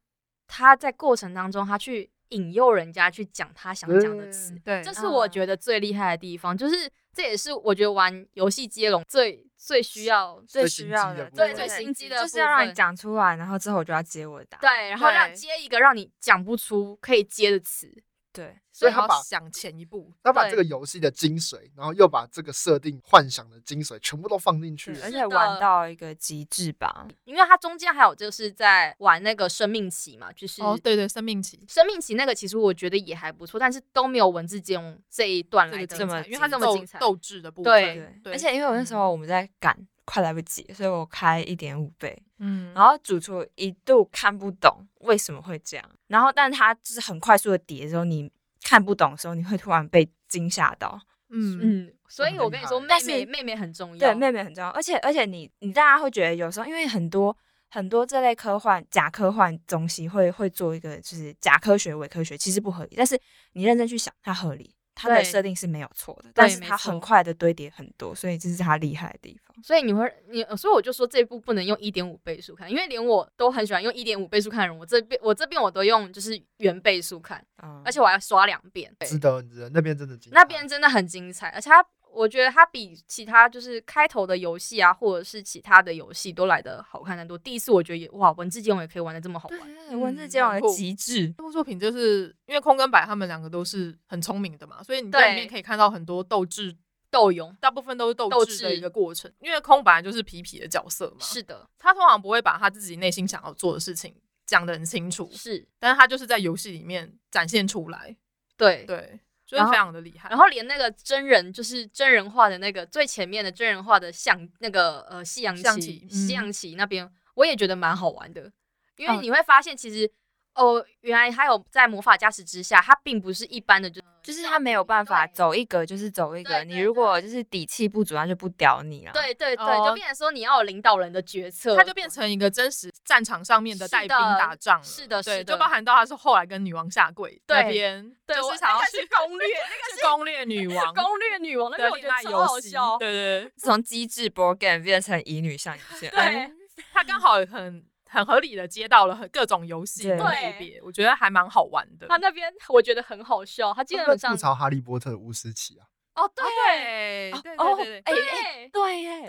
Speaker 3: 他在过程当中，他去引诱人家去讲他想讲的词
Speaker 1: 嗯，
Speaker 5: 对，
Speaker 3: 这是我觉得最厉害的地方，就是这也是我觉得玩游戏接龙最最需要
Speaker 1: 最
Speaker 6: 最
Speaker 1: 心
Speaker 6: 需
Speaker 1: 机
Speaker 6: 要
Speaker 1: 的
Speaker 6: 的，
Speaker 1: 部
Speaker 3: 对
Speaker 1: 分
Speaker 3: 最心机的
Speaker 6: 就
Speaker 3: 部分，
Speaker 6: 是要让你讲出来，然后之后我就要接我的答案。
Speaker 3: 对，然后让
Speaker 5: 对
Speaker 3: 接一个让你讲不出可以接的词，
Speaker 6: 对
Speaker 1: 所
Speaker 5: 所以
Speaker 1: 以
Speaker 5: 他
Speaker 1: 他
Speaker 5: 把
Speaker 1: 把
Speaker 5: 想前一步，
Speaker 1: 他把
Speaker 3: 对
Speaker 1: 这个游戏的精髓，然后又把这个设定幻想的精髓全部都放进去
Speaker 6: 对，
Speaker 1: 了
Speaker 6: 而
Speaker 3: 是
Speaker 6: 且
Speaker 3: 的
Speaker 6: 玩到一个极致吧。
Speaker 3: 因为它中间还有就是在玩那个生命棋嘛，就是
Speaker 5: 哦，对对，生命期
Speaker 3: 生命棋那个其实我觉得也还不错，但是都没有文字接龙这一段来
Speaker 5: 这个
Speaker 3: 的
Speaker 6: 这么
Speaker 5: 因为它
Speaker 3: 这么
Speaker 5: 斗
Speaker 3: 精彩
Speaker 5: 斗志的部分，嗯
Speaker 3: 对
Speaker 6: 嗯而且因为我那时候我们在赶快来不及，所以我开一点五倍。
Speaker 5: 嗯
Speaker 6: 然后主厨一度看不懂为什么会这样，然后但他就是很快速的叠之后，你看不懂的时候，你会突然被惊吓到。
Speaker 5: 嗯
Speaker 3: 嗯，所以我跟你说，
Speaker 1: 很厉
Speaker 6: 害
Speaker 3: 妹妹
Speaker 6: 但是
Speaker 3: 妹妹很重要。
Speaker 6: 对，妹妹很重要，而且而且你你大家会觉得有时候因为很多很多这类科幻假科幻东西会会做一个就是假科学伪科学，其实不合理，但是你认真去想，它合理。它的
Speaker 3: 对
Speaker 6: 设定是没有错的，但是
Speaker 3: 没
Speaker 6: 它很
Speaker 3: 错
Speaker 6: 快的堆叠很多，所以这是它厉害的地方。
Speaker 3: 所以你会你，所以我就说这部不能用一点五倍速看，因为连我都很喜欢用一点五倍速看的人，我这边我这边我都用就是原倍速看，
Speaker 6: 嗯，
Speaker 3: 而且我还要刷两遍。对
Speaker 1: 值得，值得，那边真的精彩
Speaker 3: 那边真的很精彩，而且它我觉得它比其他就是开头的游戏啊，或者是其他的游戏都来的好看很多。第一次我觉得也哇，文字兼容也可以玩的这么好玩，
Speaker 6: 对啊哎文字
Speaker 5: 嗯
Speaker 6: 交融
Speaker 5: 很
Speaker 6: 的
Speaker 5: 酷
Speaker 6: 极致，
Speaker 5: 这部作品就是因为空跟白他们两个都是很聪明的嘛，所以你在里面
Speaker 3: 对
Speaker 5: 可以看到很多斗智，
Speaker 3: 斗勇
Speaker 5: 大部分都是斗
Speaker 3: 斗
Speaker 5: 智的
Speaker 3: 智
Speaker 5: 一个过程。因为空白就是皮皮的角色嘛，
Speaker 3: 是的，
Speaker 5: 他通常不会把他自己内心想要做的事情讲得很清楚，
Speaker 3: 是
Speaker 5: 但是他就是在游戏里面展现出来，
Speaker 3: 对。
Speaker 5: 对，就是
Speaker 3: 然后
Speaker 5: 非常的厉害。
Speaker 3: 然后连那个真人就是真人化的那个最前面的真人化的象那个呃西洋
Speaker 5: 象
Speaker 3: 棋
Speaker 5: 棋嗯
Speaker 3: 西洋棋那边，我也觉得蛮好玩的，因为
Speaker 6: 嗯
Speaker 3: 你会发现其实哦，原来它有在魔法加持之下，它并不是一般的就
Speaker 6: 就是他没有办法
Speaker 3: 对
Speaker 6: 走一个就是走一个，
Speaker 3: 对
Speaker 6: 你
Speaker 3: 对
Speaker 6: 如果就是底气不足，他就不屌你了。，
Speaker 3: 对对对，
Speaker 5: 哦
Speaker 3: 就变成说你要有领导人的决策，
Speaker 5: 他就变成一个真实战场上面的
Speaker 3: 是
Speaker 5: 带兵
Speaker 3: 的
Speaker 5: 打仗了，
Speaker 3: 是的
Speaker 5: 对，
Speaker 3: 是
Speaker 5: 就
Speaker 3: 的
Speaker 5: 包含到他是后来跟女王下跪
Speaker 3: 对
Speaker 5: 那边，
Speaker 3: 对
Speaker 5: 就
Speaker 3: 我哎
Speaker 5: 是想要
Speaker 3: 那个
Speaker 5: 去
Speaker 3: 是攻略，
Speaker 5: 去攻略 女王
Speaker 3: 攻略女王那
Speaker 5: 的
Speaker 3: 边我觉
Speaker 5: 恋
Speaker 3: 得
Speaker 5: 爱
Speaker 3: 超好
Speaker 5: 游戏，
Speaker 3: 笑，
Speaker 5: 对对
Speaker 6: 从机智 board game 变成乙女 向游戏，
Speaker 3: 对
Speaker 5: 对，他刚好很很合理的接到了很各种游戏的
Speaker 6: 对
Speaker 5: 类别，我觉得还蛮好玩的
Speaker 3: 他。那边我觉得很好笑，他基
Speaker 1: 他
Speaker 3: 本
Speaker 1: 们在
Speaker 3: 上
Speaker 1: 哦吐槽哈利波特的巫师奇啊，
Speaker 3: 哦对
Speaker 5: 对对对
Speaker 6: 哎
Speaker 5: 对对，
Speaker 6: 哎
Speaker 3: 对，
Speaker 6: 对耶，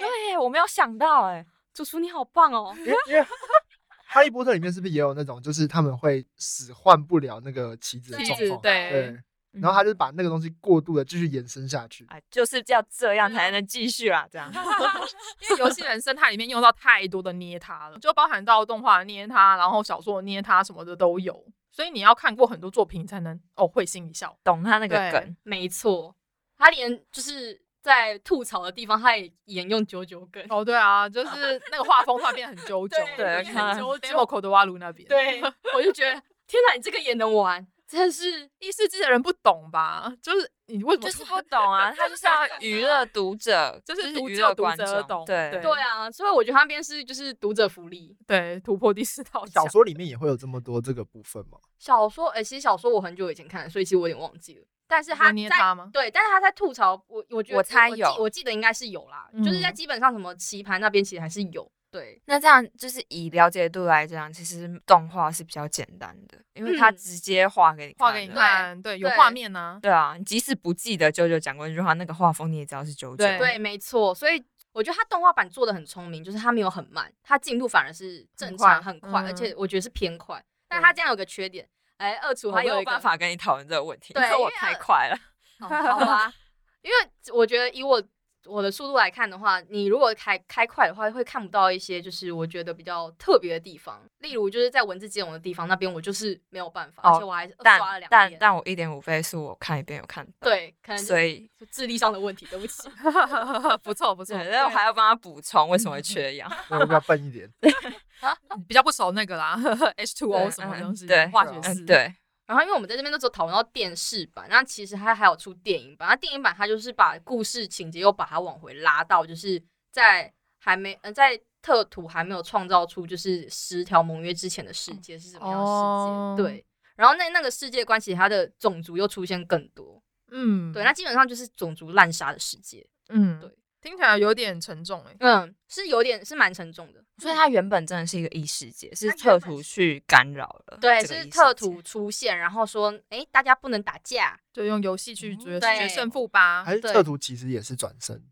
Speaker 6: 对耶，我没有想到哎，
Speaker 3: 主厨你好棒哦，
Speaker 1: 因为因为哈利波特里面是不是也有那种，就是他们会使唤不了那个棋子的
Speaker 5: 棋
Speaker 1: 状
Speaker 5: 子
Speaker 1: 况？
Speaker 5: 对
Speaker 1: 对，然后他就把那个东西过度的继续延伸下去。
Speaker 6: 啊，就是要这样才能继续啦，这样。
Speaker 5: 因为游戏人生它里面用到太多的捏它了，就包含到动画的捏它，然后小说的捏它什么的都有，所以你要看过很多作品才能哦会心一笑。
Speaker 6: 懂他那个
Speaker 5: 对
Speaker 6: 梗，
Speaker 3: 没错，他连就是在吐槽的地方，他也沿用九九 梗。
Speaker 5: 哦，对啊，就是 那个画风突然变很啾啾，
Speaker 3: 对
Speaker 6: 对
Speaker 5: 很
Speaker 6: 看
Speaker 5: 啾啾。我口的挖路那边，，
Speaker 3: 对，我就觉得天哪，你这个也能玩，真的是
Speaker 5: 异世界的人不懂吧？就是你为什么
Speaker 6: 就
Speaker 5: 突
Speaker 6: 是
Speaker 5: 然
Speaker 6: 不懂啊，他就是要娱乐读者，
Speaker 5: 就
Speaker 6: 就是
Speaker 5: 读
Speaker 6: 娱
Speaker 5: 只
Speaker 6: 乐
Speaker 5: 有读
Speaker 6: 观
Speaker 5: 者
Speaker 6: 众，
Speaker 5: 懂对
Speaker 6: 对
Speaker 3: 对啊，所以我觉得他那边是就是读者福利。
Speaker 5: 对突破第四道墙
Speaker 1: 小？说里面也会有这么多这个部分 嘛？
Speaker 3: 小说，哎、其实小说我很久以前看了，所以其实我有点忘记了。但是
Speaker 5: 你
Speaker 3: 他
Speaker 5: 说捏
Speaker 3: 在
Speaker 5: 他吗？
Speaker 3: 对，但是他在吐槽我，我觉得
Speaker 6: 我猜
Speaker 3: 记
Speaker 6: 有
Speaker 3: 我记得应该是有啦，就是在
Speaker 5: 嗯
Speaker 3: 基本上什么棋盘那边其实还是有。对，
Speaker 6: 那这样就是以了解度来讲，其实动画是比较简单的，因为它
Speaker 3: 嗯
Speaker 6: 直接画给你看
Speaker 5: 画给你
Speaker 6: 了。
Speaker 5: 看，对，有
Speaker 3: 对
Speaker 5: 画面呢。
Speaker 6: 对啊，你即使不记得九九讲过那句话，那个画风你也知道是九九。
Speaker 5: 对
Speaker 3: 对，没错，所以我觉得他动画版做的很聪明，就是他没有很慢，他进度反而是正常
Speaker 5: 很
Speaker 3: 很
Speaker 5: 快
Speaker 3: 快，
Speaker 5: 嗯
Speaker 3: 而且我觉得是偏快。但他这样有个缺点，哎，二厨
Speaker 6: 我
Speaker 3: 还
Speaker 6: 没有
Speaker 3: 有一个
Speaker 6: 办，法跟你讨论这个问题，因
Speaker 3: 对
Speaker 6: 为
Speaker 3: 因
Speaker 6: 我
Speaker 3: 为
Speaker 6: 太快了。
Speaker 3: 好好吧？因为我觉得以我我的速度来看的话，你如果开开快的话，会看不到一些就是我觉得比较特别的地方，例如就是在文字兼容的地方那边，我就是没有办法，
Speaker 6: 哦
Speaker 3: 而且我还
Speaker 6: 但
Speaker 3: 刷了两
Speaker 6: 但
Speaker 3: 遍。
Speaker 6: 但我一点五倍速，我看一遍有看到，
Speaker 3: 对，可能就
Speaker 6: 所以
Speaker 3: 就智力上的问题，对不起。
Speaker 5: 不错不错，
Speaker 6: 对，然后我还要帮他补充为什么会缺氧。
Speaker 1: 那要不要笨一点？
Speaker 5: 嗯比较不熟那个啦 ，H two
Speaker 3: 对
Speaker 5: O
Speaker 3: 嗯
Speaker 5: 什么东西，
Speaker 6: 对
Speaker 5: 化学
Speaker 1: 嗯
Speaker 5: 式
Speaker 6: 嗯，，对，
Speaker 3: 然后，因为我们在这边都只有讨论到电视版，那其实它还有出电影版。那电影版它就是把故事情节又把它往回拉到，就是在还没呃在特图还没有创造出就是十条盟约之前的世界是什么样的世界？
Speaker 5: 哦
Speaker 3: 对。然后那那个世界观其实它的种族又出现更多，
Speaker 5: 嗯，
Speaker 3: 对，那基本上就是种族滥杀的世界。
Speaker 5: 嗯
Speaker 3: 对，
Speaker 5: 听起来有点沉重哎。
Speaker 3: 嗯，是有点是蛮沉重的，
Speaker 5: 啊
Speaker 6: 所以它原本真的是一个异世界，是
Speaker 3: 它
Speaker 6: 特
Speaker 3: 原本
Speaker 6: 图
Speaker 3: 是
Speaker 6: 去干扰了。
Speaker 3: 对，
Speaker 6: 这个
Speaker 3: 是
Speaker 6: 异世
Speaker 3: 特
Speaker 6: 界
Speaker 3: 图出现，然后说，哎，大家不能打架
Speaker 5: 就用游戏去决
Speaker 3: 对
Speaker 5: 决胜负吧
Speaker 1: 还。是
Speaker 3: 对
Speaker 1: 特图其实也是转身？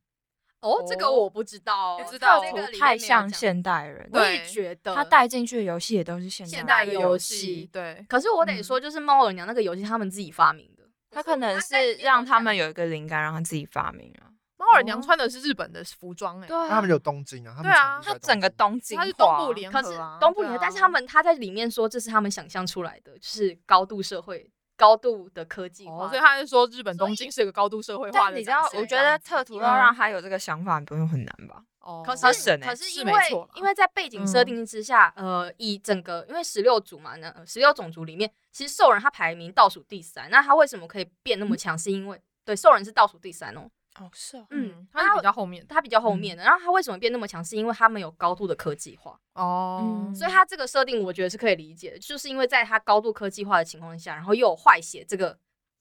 Speaker 3: 哦，这个我不知道哦，
Speaker 5: 不知道欸
Speaker 3: 这个里面没
Speaker 6: 太
Speaker 3: 有
Speaker 6: 像
Speaker 3: 讲
Speaker 6: 现代人，
Speaker 3: 我
Speaker 5: 对
Speaker 3: 也觉得
Speaker 6: 他带进去的游戏也都是现
Speaker 3: 现
Speaker 6: 代
Speaker 3: 代
Speaker 6: 人
Speaker 3: 游
Speaker 5: 游
Speaker 3: 戏
Speaker 5: 对，
Speaker 3: 可是我得说，就是猫耳娘那个游戏，他们自己发明的。
Speaker 6: 他可能是让他们有一个灵感，让他自己发明啊。
Speaker 5: 猫耳娘穿的是日本的服装哎，
Speaker 1: 那他们有东京啊，他们
Speaker 5: 对啊
Speaker 1: 常年
Speaker 6: 他
Speaker 1: 在
Speaker 6: 整个
Speaker 1: 东
Speaker 6: 东京
Speaker 5: 它
Speaker 6: 化，
Speaker 5: 是东部联
Speaker 3: 可是
Speaker 5: 合啊，
Speaker 3: 东部
Speaker 5: 对
Speaker 3: 也，
Speaker 5: 啊
Speaker 3: 但是他们他在里面说这是他们想象出来的，就是高度社会、高度的科技
Speaker 5: 哦，
Speaker 3: 化的。
Speaker 5: 所以他是说日本东京是一个高度社会化
Speaker 6: 但
Speaker 5: 的
Speaker 6: 你知
Speaker 5: 展
Speaker 6: 道
Speaker 5: 现，
Speaker 6: 我觉得特图要
Speaker 5: 嗯
Speaker 6: 让他有这个想法，不用很难吧？
Speaker 5: 哦
Speaker 3: 可是
Speaker 6: 他省欸
Speaker 3: 可是
Speaker 5: 是
Speaker 3: 因
Speaker 5: 没
Speaker 3: 为
Speaker 5: 错啦
Speaker 3: 因为在背景设定之下，呃，以整个因为十六族嘛，那呃十六种族里面，其实兽人他排名倒数第三，那他为什么可以变那么强？是因为对兽人是倒数第三哦，
Speaker 6: 哦，是哦，
Speaker 5: 嗯
Speaker 3: 嗯，
Speaker 5: 它是比较后面的
Speaker 3: 他比较后面的。然后他为什么变那么强？是因为他们有高度的科技化，
Speaker 5: 哦
Speaker 6: 嗯
Speaker 3: 所以他这个设定我觉得是可以理解的，就是因为在他高度科技化的情况下，然后又有坏血这个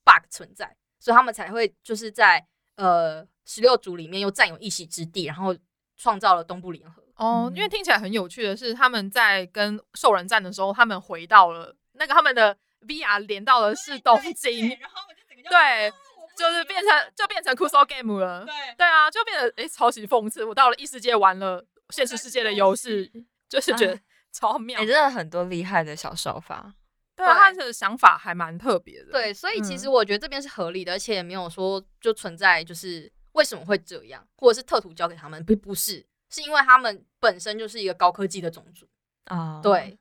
Speaker 3: bug 存在，所以他们才会就是在呃十六族里面又占有一席之地，然后创造了东部联合。
Speaker 5: 哦，
Speaker 1: 嗯
Speaker 5: 因为听起来很有趣的是，他们在跟兽人战的时候，他们回到了那个他们的 VR 连到的是东京，
Speaker 3: 然后我就整个
Speaker 5: 对，就是变成就变成 Kuso Game 了。
Speaker 3: 对
Speaker 5: 对啊，就变得诶、超级讽刺。我到了异世界玩了现实世界的游戏，就是觉得超妙。
Speaker 6: 哎、真的很多厉害的小手法，
Speaker 5: 对啊，他的想法还蛮特别的。
Speaker 3: 对，所以其
Speaker 5: 嗯
Speaker 3: 实我觉得这边是合理的，而且也没有说就存在就是为什么会这样，或者是特图交给他们，不不是，是因为他们本身就是一个高科技的种族。
Speaker 6: 啊、
Speaker 3: 对，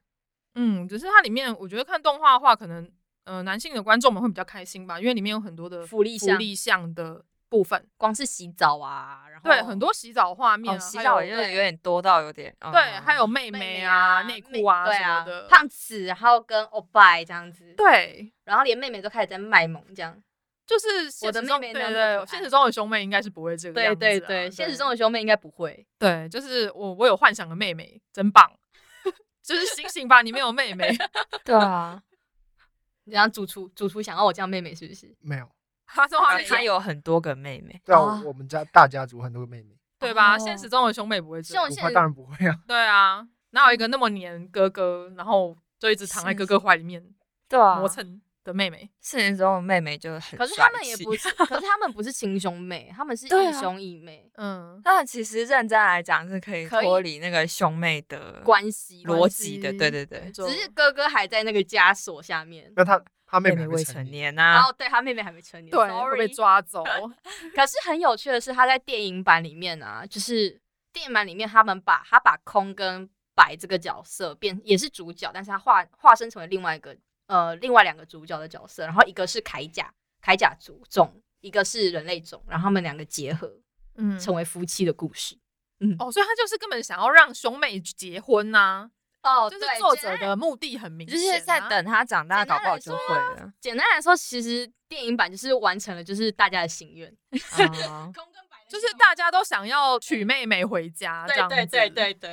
Speaker 5: 嗯，只是它里面我觉得看动画的话，可能呃男性的观众们会比较开心吧，因为里面有很多的
Speaker 3: 福利
Speaker 5: 福
Speaker 3: 项
Speaker 5: 利项的部分，
Speaker 3: 光是洗澡啊，然后
Speaker 5: 对，很多洗澡画面、啊
Speaker 6: 哦，洗
Speaker 5: 还
Speaker 6: 澡
Speaker 5: 有
Speaker 6: 也就是有点多到有点，嗯对
Speaker 5: 对，还有妹
Speaker 3: 妹妹
Speaker 5: 啊、内
Speaker 3: 妹
Speaker 5: 裤啊
Speaker 3: 对
Speaker 5: 什么
Speaker 3: 啊
Speaker 5: 的，
Speaker 3: 胖子，然后跟欧巴这样子，，
Speaker 5: 对，
Speaker 3: 然后连妹妹都开始在卖萌这样，
Speaker 5: 就是现
Speaker 3: 我的
Speaker 5: 实
Speaker 3: 妹
Speaker 5: 中
Speaker 3: 妹那
Speaker 5: 对
Speaker 3: 样
Speaker 5: 对，
Speaker 3: 就可
Speaker 5: 现
Speaker 3: 爱
Speaker 5: 实中的兄妹应该是不会这个样
Speaker 3: 对
Speaker 5: 子、啊，
Speaker 3: 对对，现实中的兄妹应该不会，
Speaker 5: 对，就是我我有幻想的妹妹，真棒， 就是醒醒吧，你没有妹 妹，
Speaker 6: 对啊，
Speaker 3: 你后主厨主厨想要我这样妹妹是不是？
Speaker 1: 没有，
Speaker 5: 他说话
Speaker 6: 他有很多个妹妹，
Speaker 1: 对啊，
Speaker 3: 啊
Speaker 1: 我们家大家族很多个妹妹，
Speaker 5: 对吧？
Speaker 3: 哦
Speaker 5: 现实中的兄妹不会这
Speaker 3: 像
Speaker 5: 样
Speaker 3: 我，现
Speaker 1: 我
Speaker 3: 在
Speaker 1: 当然不会啊，
Speaker 5: 对啊，哪有一个那么黏哥哥，然后就一直躺在哥哥怀里面
Speaker 6: 对啊，
Speaker 5: 磨蹭的妹妹？
Speaker 6: 四年之后妹妹就很，
Speaker 3: 可是他们也不，是，可是他们不是亲兄妹，他们是
Speaker 6: 对
Speaker 3: 一
Speaker 6: 啊
Speaker 3: 兄一妹。
Speaker 5: 嗯，
Speaker 6: 那其实认真来讲是可以
Speaker 3: 可以
Speaker 6: 脱离那个兄妹的
Speaker 3: 关系
Speaker 6: 逻辑的，对对对，
Speaker 5: 只
Speaker 3: 只是哥哥还在那个枷锁下面，
Speaker 1: 那他他妹
Speaker 6: 妹
Speaker 1: 妹还
Speaker 6: 未
Speaker 1: 没
Speaker 6: 成
Speaker 1: 成年，
Speaker 6: 年啊
Speaker 3: 然
Speaker 6: 呐、
Speaker 3: 后对他妹妹还没成年
Speaker 5: 啊对会被
Speaker 3: ，sorry。
Speaker 5: 抓 走，
Speaker 3: 可是很有趣的是，他在电影版里面啊，就是电影版里面他们把他把空跟白这个角色变也是主角，但是他化化身成为另外一个呃另外两个主角的角色，然后一个是铠甲铠甲族种，一个是人类种，然后他们两个结合
Speaker 5: 嗯
Speaker 3: 成为夫妻的故事。
Speaker 5: 哦，所以他就是根本想要让兄妹结婚呐、
Speaker 3: 哦
Speaker 5: 就是作者的目的很明
Speaker 6: 就
Speaker 5: 显、啊，
Speaker 6: 是在等他长大，
Speaker 3: 简单
Speaker 6: 搞不好
Speaker 3: 来
Speaker 6: 就
Speaker 3: 说啊
Speaker 6: 会了。
Speaker 3: 简单来说，其实电影版就是完成了就是大家的心愿，
Speaker 6: 啊
Speaker 3: 空跟白
Speaker 5: 就是大家都想要娶妹妹回家，这样子。
Speaker 3: 嗯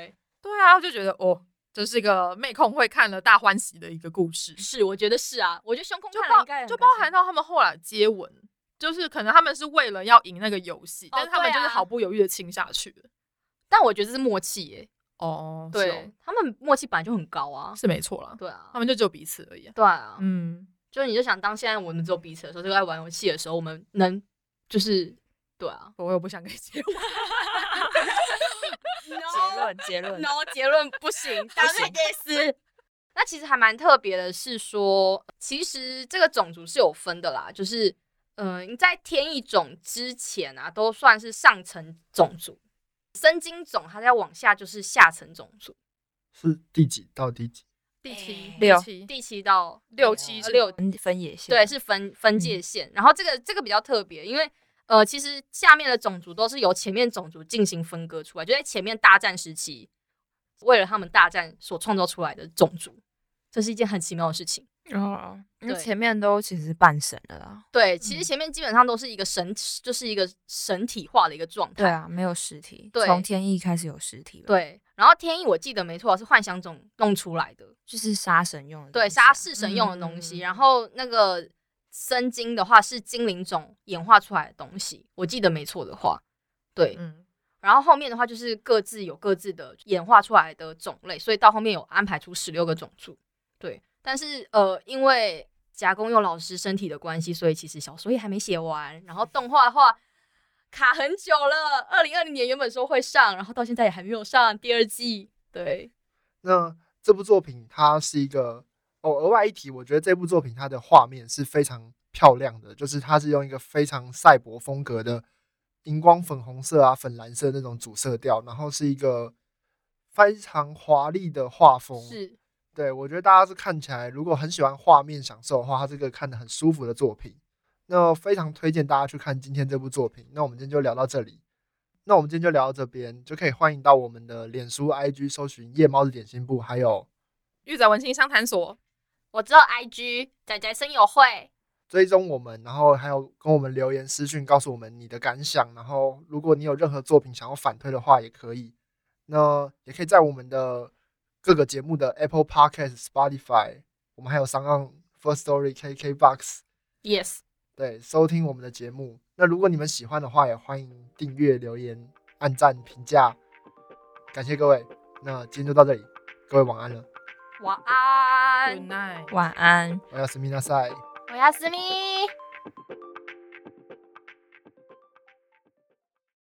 Speaker 3: 对，
Speaker 5: 对啊，就觉得哦，这是一个妹控会看了大欢喜的一个故事，
Speaker 3: 是，我觉得是啊，我觉得胸空
Speaker 5: 就
Speaker 3: 看了应该
Speaker 5: 包
Speaker 3: 很
Speaker 5: 就
Speaker 3: 高
Speaker 5: 包
Speaker 3: 兴
Speaker 5: 含到他们后来接吻，就是可能他们是为了要赢那个游戏，但是他们
Speaker 3: 对
Speaker 5: 就是
Speaker 3: 啊
Speaker 5: 毫不犹豫的亲下去了。
Speaker 3: 但我觉得这是默契耶、
Speaker 5: 哦，是
Speaker 3: 对
Speaker 5: 哦，
Speaker 3: 他们默契本来就很高啊，
Speaker 5: 是没错啦，
Speaker 3: 对啊
Speaker 5: 他，们就只有彼此而已啊。
Speaker 3: 对啊，
Speaker 5: 嗯，
Speaker 3: 就是你就想当现在我们只有彼此的时候，就在玩游戏的时候，我们能就是对啊
Speaker 5: 我又不想跟你结婚，
Speaker 6: 结论结论，
Speaker 3: ，no 结论不行，当
Speaker 6: 行
Speaker 3: 是。 那其实还蛮特别的是说，其实这个种族是有分的啦，就是嗯、在天翼种之前啊，都算是上层种族，生金种它再往下就是下层种族，
Speaker 1: 是第几到第几？
Speaker 5: 第七
Speaker 6: 六
Speaker 5: 第七
Speaker 3: 第七到
Speaker 5: 六七
Speaker 3: 呃
Speaker 5: 是
Speaker 3: 六
Speaker 6: 分分野线
Speaker 3: 对，是分分
Speaker 5: 嗯
Speaker 3: 界线。然后这个这个比较特别，因为呃，其实下面的种族都是由前面种族进行分割出来，就在前面大战时期，为了他们大战所创造出来的种族，这是一件很奇妙的事情。
Speaker 6: 哦，因为
Speaker 3: 对
Speaker 6: 前面都其实半神了啦。
Speaker 3: 对，
Speaker 5: 嗯
Speaker 3: 其实前面基本上都是一个神，就是一个神体化的一个状态。
Speaker 6: 对啊，没有实体，
Speaker 3: 对
Speaker 6: 从天意开始有实体了，，
Speaker 3: 对然后天意我记得没错是幻想种弄出来的，
Speaker 6: 就是杀神用的东西啊，
Speaker 3: 对，杀式神用的东西。
Speaker 5: 嗯
Speaker 3: 然后那个生金的话是精灵种演化出来的东西，我记得没错的话，对。
Speaker 5: 嗯，
Speaker 3: 然后后面的话就是各自有各自的演化出来的种类，所以到后面有安排出十六个种族。对，但是呃，因为夹公佑老师身体的关系，所以其实小说也还没写完，然后动画的话卡很久了，二零二零年原本说会上，然后到现在也还没有上第二季。对，
Speaker 1: 那这部作品它是一个哦，额外一提，我觉得这部作品它的画面是非常漂亮的，就是它是用一个非常赛博风格的荧光粉红色啊、粉蓝色那种主色调，然后是一个非常华丽的画风。
Speaker 3: 是
Speaker 1: 对，我觉得大家是看起来，如果很喜欢画面享受的话，它这个看得很舒服的作品。那非常推荐大家去看今天这部作品。那我们今天就聊到这里。那我们今天就聊到这边，就可以欢迎到我们的脸书、IG 搜寻夜猫的点心部，还有
Speaker 5: 玉仔文青商谈所，
Speaker 3: 我只有 IG 仔仔生友会，
Speaker 1: 追踪我们，然后还有跟我们留言私讯，告诉我们你的感想。然后，如果你有任何作品想要反推的话，也可以。那也可以在我们的各个节目的 Apple Podcast、Spotify，我们还有商岸 First Story、KK Box，
Speaker 3: Yes，
Speaker 1: 对，收听我们的节目。那如果你们喜欢的话，也欢迎订阅、留言、按赞、评价。感谢各位，那今天就到这里，各位晚安了，
Speaker 3: 晚安，
Speaker 5: night。
Speaker 6: 晚安。
Speaker 1: 我要思密达赛。
Speaker 3: 我要思密。